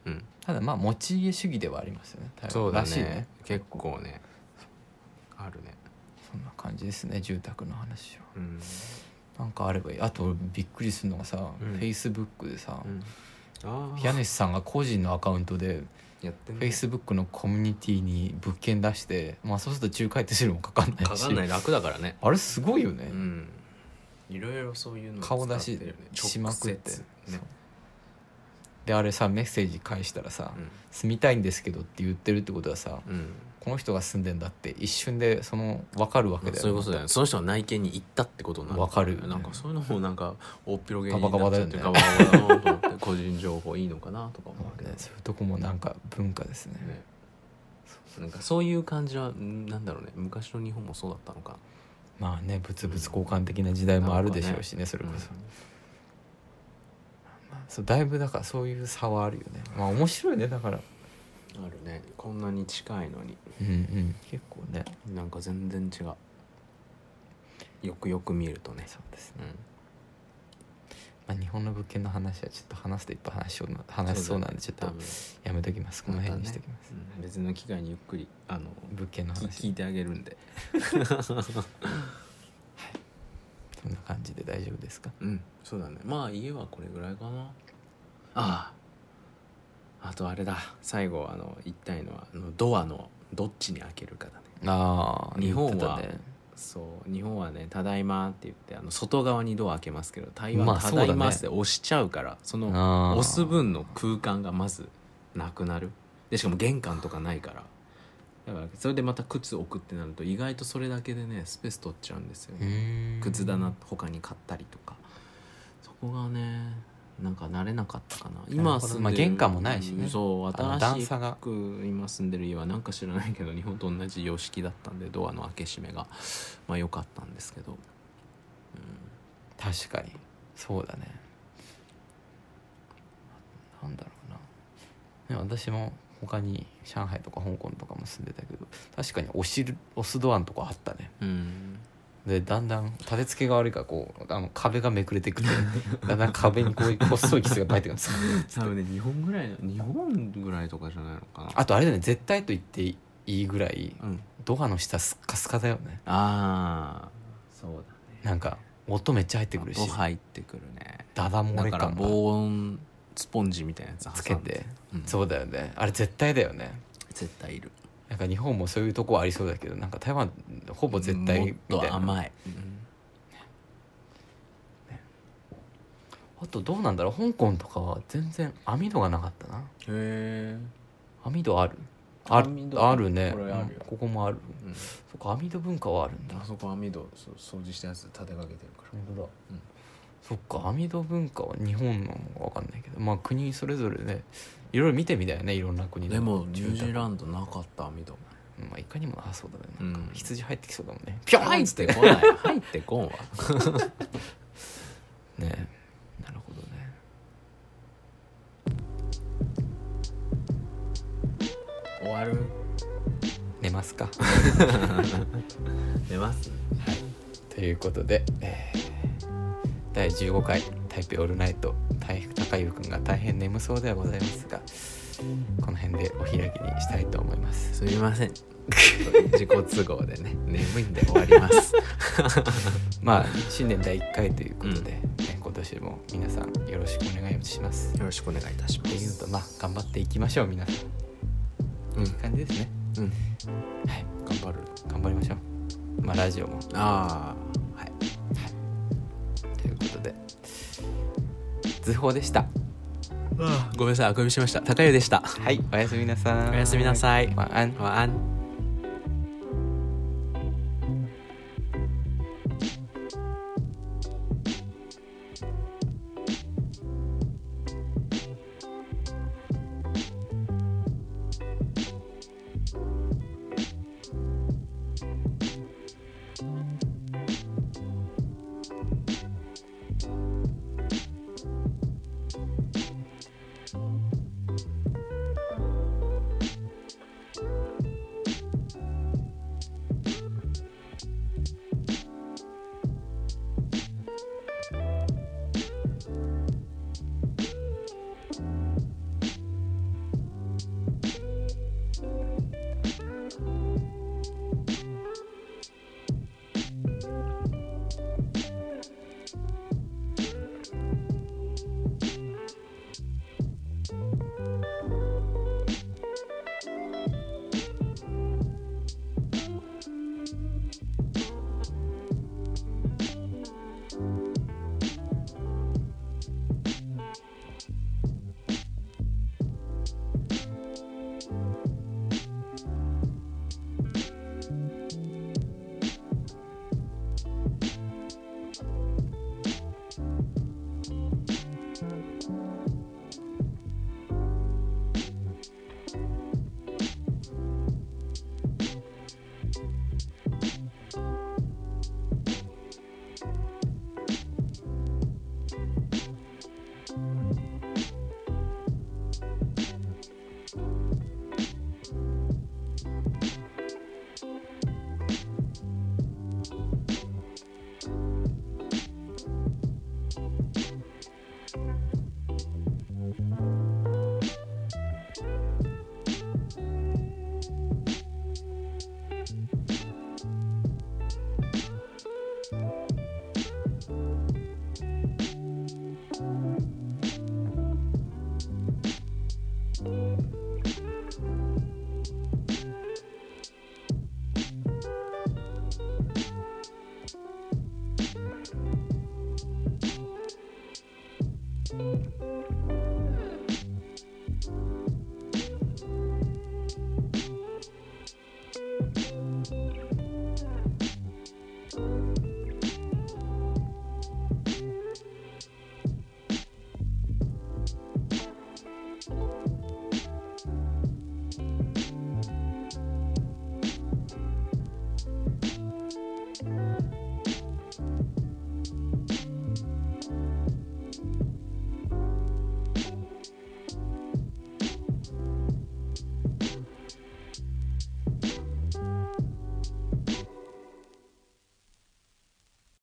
[SPEAKER 2] うん
[SPEAKER 1] ただまあ持ち家主義ではありますよね台湾
[SPEAKER 2] そうだ
[SPEAKER 1] らしい
[SPEAKER 2] ね
[SPEAKER 1] ね
[SPEAKER 2] 結構ねあるね
[SPEAKER 1] そんな感じですね住宅の話は
[SPEAKER 2] うん、
[SPEAKER 1] なんかあればいいあとびっくりするのがさ、
[SPEAKER 2] うん
[SPEAKER 1] フェイスブックでさ、
[SPEAKER 2] ああ
[SPEAKER 1] 家主さんが個人のアカウントで
[SPEAKER 2] やってん
[SPEAKER 1] フェイスブックのコミュニティに物件出して、まあ、そうすると仲介手数料もかかんない
[SPEAKER 2] か
[SPEAKER 1] し
[SPEAKER 2] かんない楽だからね
[SPEAKER 1] あれすごいよね、
[SPEAKER 2] うんいろいろそういうのを
[SPEAKER 1] 顔出
[SPEAKER 2] 使
[SPEAKER 1] し
[SPEAKER 2] ってるよね
[SPEAKER 1] しまくって、
[SPEAKER 2] 直接
[SPEAKER 1] そう
[SPEAKER 2] ね
[SPEAKER 1] であれさメッセージ返したらさ、住みたいんですけど」って言ってるってことはさ
[SPEAKER 2] うん、うん
[SPEAKER 1] この人が住んでんだって一瞬でその分かるわけだよね
[SPEAKER 2] そういうことだよねその人が内見に行ったってことになる
[SPEAKER 1] わかるよね
[SPEAKER 2] なんかそういうのもなんか大っぴろげに
[SPEAKER 1] ガバガバだよね
[SPEAKER 2] ガバガバだなと思って個人情報いいのかなとか思
[SPEAKER 1] ま
[SPEAKER 2] う
[SPEAKER 1] あ
[SPEAKER 2] けど
[SPEAKER 1] ねそういうとこもなんか文化ですね
[SPEAKER 2] ねなんかそういう感じはんなんだろうね昔の日本もそうだったのか
[SPEAKER 1] まあね物々交換的な時代もあるでしょうしねそれこそ、まあそうだいぶだからそういう差はあるよねまあ面白いねだから
[SPEAKER 2] うんあるねこんなに近いのに
[SPEAKER 1] うんうん結構ね
[SPEAKER 2] なんか全然違うよくよく見るとね
[SPEAKER 1] そうですね
[SPEAKER 2] う
[SPEAKER 1] まあ、日本の物件の話はちょっと話すといっぱい話しそうな話しそうなんでちょっと
[SPEAKER 2] 多分
[SPEAKER 1] やめときますこの辺にしておきます、
[SPEAKER 2] うん別の機会にゆっくりあの
[SPEAKER 1] 物件の
[SPEAKER 2] 聞
[SPEAKER 1] 話
[SPEAKER 2] 聞いてあげるんで
[SPEAKER 1] そんな感じで大丈夫ですか
[SPEAKER 2] うんそうだねまあ家はこれぐらいかなあああとあれだ最後あの言いたいのはあのドアのどっちに開けるかだね
[SPEAKER 1] ああ
[SPEAKER 2] 日本は
[SPEAKER 1] 言ってたね
[SPEAKER 2] そう日本はね「ただいま」って言ってあの外側にドア開けますけど台
[SPEAKER 1] ま
[SPEAKER 2] 湾
[SPEAKER 1] あ
[SPEAKER 2] 「
[SPEAKER 1] そう
[SPEAKER 2] た
[SPEAKER 1] だ
[SPEAKER 2] だ
[SPEAKER 1] ね
[SPEAKER 2] いま」って押しちゃうからその
[SPEAKER 1] あー
[SPEAKER 2] 押す分の空間がまずなくなるでしかも玄関とかないからだからそれでまた靴置くってなると意外とそれだけでねスペース取っちゃうんですよね靴棚他に買ったりとかそこがねなんか慣れなかったかな
[SPEAKER 1] なる
[SPEAKER 2] 今
[SPEAKER 1] ほど
[SPEAKER 2] 住んでる、
[SPEAKER 1] まあ玄関もないしね
[SPEAKER 2] うんそう
[SPEAKER 1] あの
[SPEAKER 2] 新
[SPEAKER 1] 段
[SPEAKER 2] し
[SPEAKER 1] 差が
[SPEAKER 2] く今住んでる家はなんか知らないけど日本と同じ様式だったんでドアの開け閉めがまあ良かったんですけど、
[SPEAKER 1] 確かにそうだねなんだろうな、ね、私も他に上海とか香港とかも住んでたけど確かに押しる押すドアのとこあったね
[SPEAKER 2] うん、
[SPEAKER 1] でだんだん立て付けが悪いからこうあの壁がめくれてくて (laughs) だんだん壁にこういう細い傷が入ってくるんです
[SPEAKER 2] 多分ね日本ぐらいの日本ぐらいとかじゃないのかな
[SPEAKER 1] あとあれだね絶対と言っていいぐらい
[SPEAKER 2] うん、
[SPEAKER 1] ドアの下スッカスカだよね
[SPEAKER 2] ああそうだね
[SPEAKER 1] なんか音めっちゃ入ってくるし
[SPEAKER 2] 音入ってくるね
[SPEAKER 1] ダダ漏
[SPEAKER 2] だ
[SPEAKER 1] れ
[SPEAKER 2] から
[SPEAKER 1] 感が
[SPEAKER 2] 防音スポンジみたいなやつ挟んで
[SPEAKER 1] つけて、
[SPEAKER 2] うん
[SPEAKER 1] そうだよねあれ絶対だよね
[SPEAKER 2] 絶対いる
[SPEAKER 1] なんか日本もそういうとこはありそうだけどなんか台湾ほぼ絶対
[SPEAKER 2] もっ
[SPEAKER 1] みたい
[SPEAKER 2] と
[SPEAKER 1] な
[SPEAKER 2] 甘い、
[SPEAKER 1] あとどうなんだろう香港とかは全然網戸がなかったな
[SPEAKER 2] へえ、
[SPEAKER 1] 網戸あるある
[SPEAKER 2] 網戸
[SPEAKER 1] あるね
[SPEAKER 2] これあるよ
[SPEAKER 1] うんここもある
[SPEAKER 2] うん、
[SPEAKER 1] そっか網戸文化はあるんだ
[SPEAKER 2] あそこ網戸そ掃除したやつ立てかけてるから、
[SPEAKER 1] 本当だ、
[SPEAKER 2] うん
[SPEAKER 1] そっか網戸文化は日本のか分かんないけどまあ国それぞれねいろいろ見てみたいねいろんな国の
[SPEAKER 2] でもニュー
[SPEAKER 1] 住
[SPEAKER 2] ジー
[SPEAKER 1] 宅
[SPEAKER 2] ランドなかった網戸
[SPEAKER 1] うんまあいかにもなさそうだね
[SPEAKER 2] う
[SPEAKER 1] なん
[SPEAKER 2] ん
[SPEAKER 1] か羊入ってきそうだもんねピョーン
[SPEAKER 2] 入
[SPEAKER 1] っ
[SPEAKER 2] っ
[SPEAKER 1] つって
[SPEAKER 2] てこない入ってこんわ
[SPEAKER 1] ねなるほどね
[SPEAKER 2] 終わる
[SPEAKER 1] 寝ますか (laughs)
[SPEAKER 2] 出ます
[SPEAKER 1] ということで、えー第15回「台北オールナイト」台風高優くんが大変眠そうではございますがこの辺でお開きにしたいと思います
[SPEAKER 2] すみま (laughs) せん自己都合でね眠いんで終わります
[SPEAKER 1] まあ新年第1回ということで、ね今年も皆さんよろしくお願いします
[SPEAKER 2] よろしくお願いいたしま
[SPEAKER 1] っていうのとまあ頑張っていきましょう皆さんい
[SPEAKER 2] うん、
[SPEAKER 1] い感じですね
[SPEAKER 2] うん、
[SPEAKER 1] はい
[SPEAKER 2] 頑張る
[SPEAKER 1] 頑張りましょうまあラジオも
[SPEAKER 2] ああはい
[SPEAKER 1] ということで図報でした
[SPEAKER 2] ごめんなさいあくびしました高湯でした
[SPEAKER 1] はいおやすみなさーい
[SPEAKER 2] おやすみなさい
[SPEAKER 1] 晚安
[SPEAKER 2] 晚安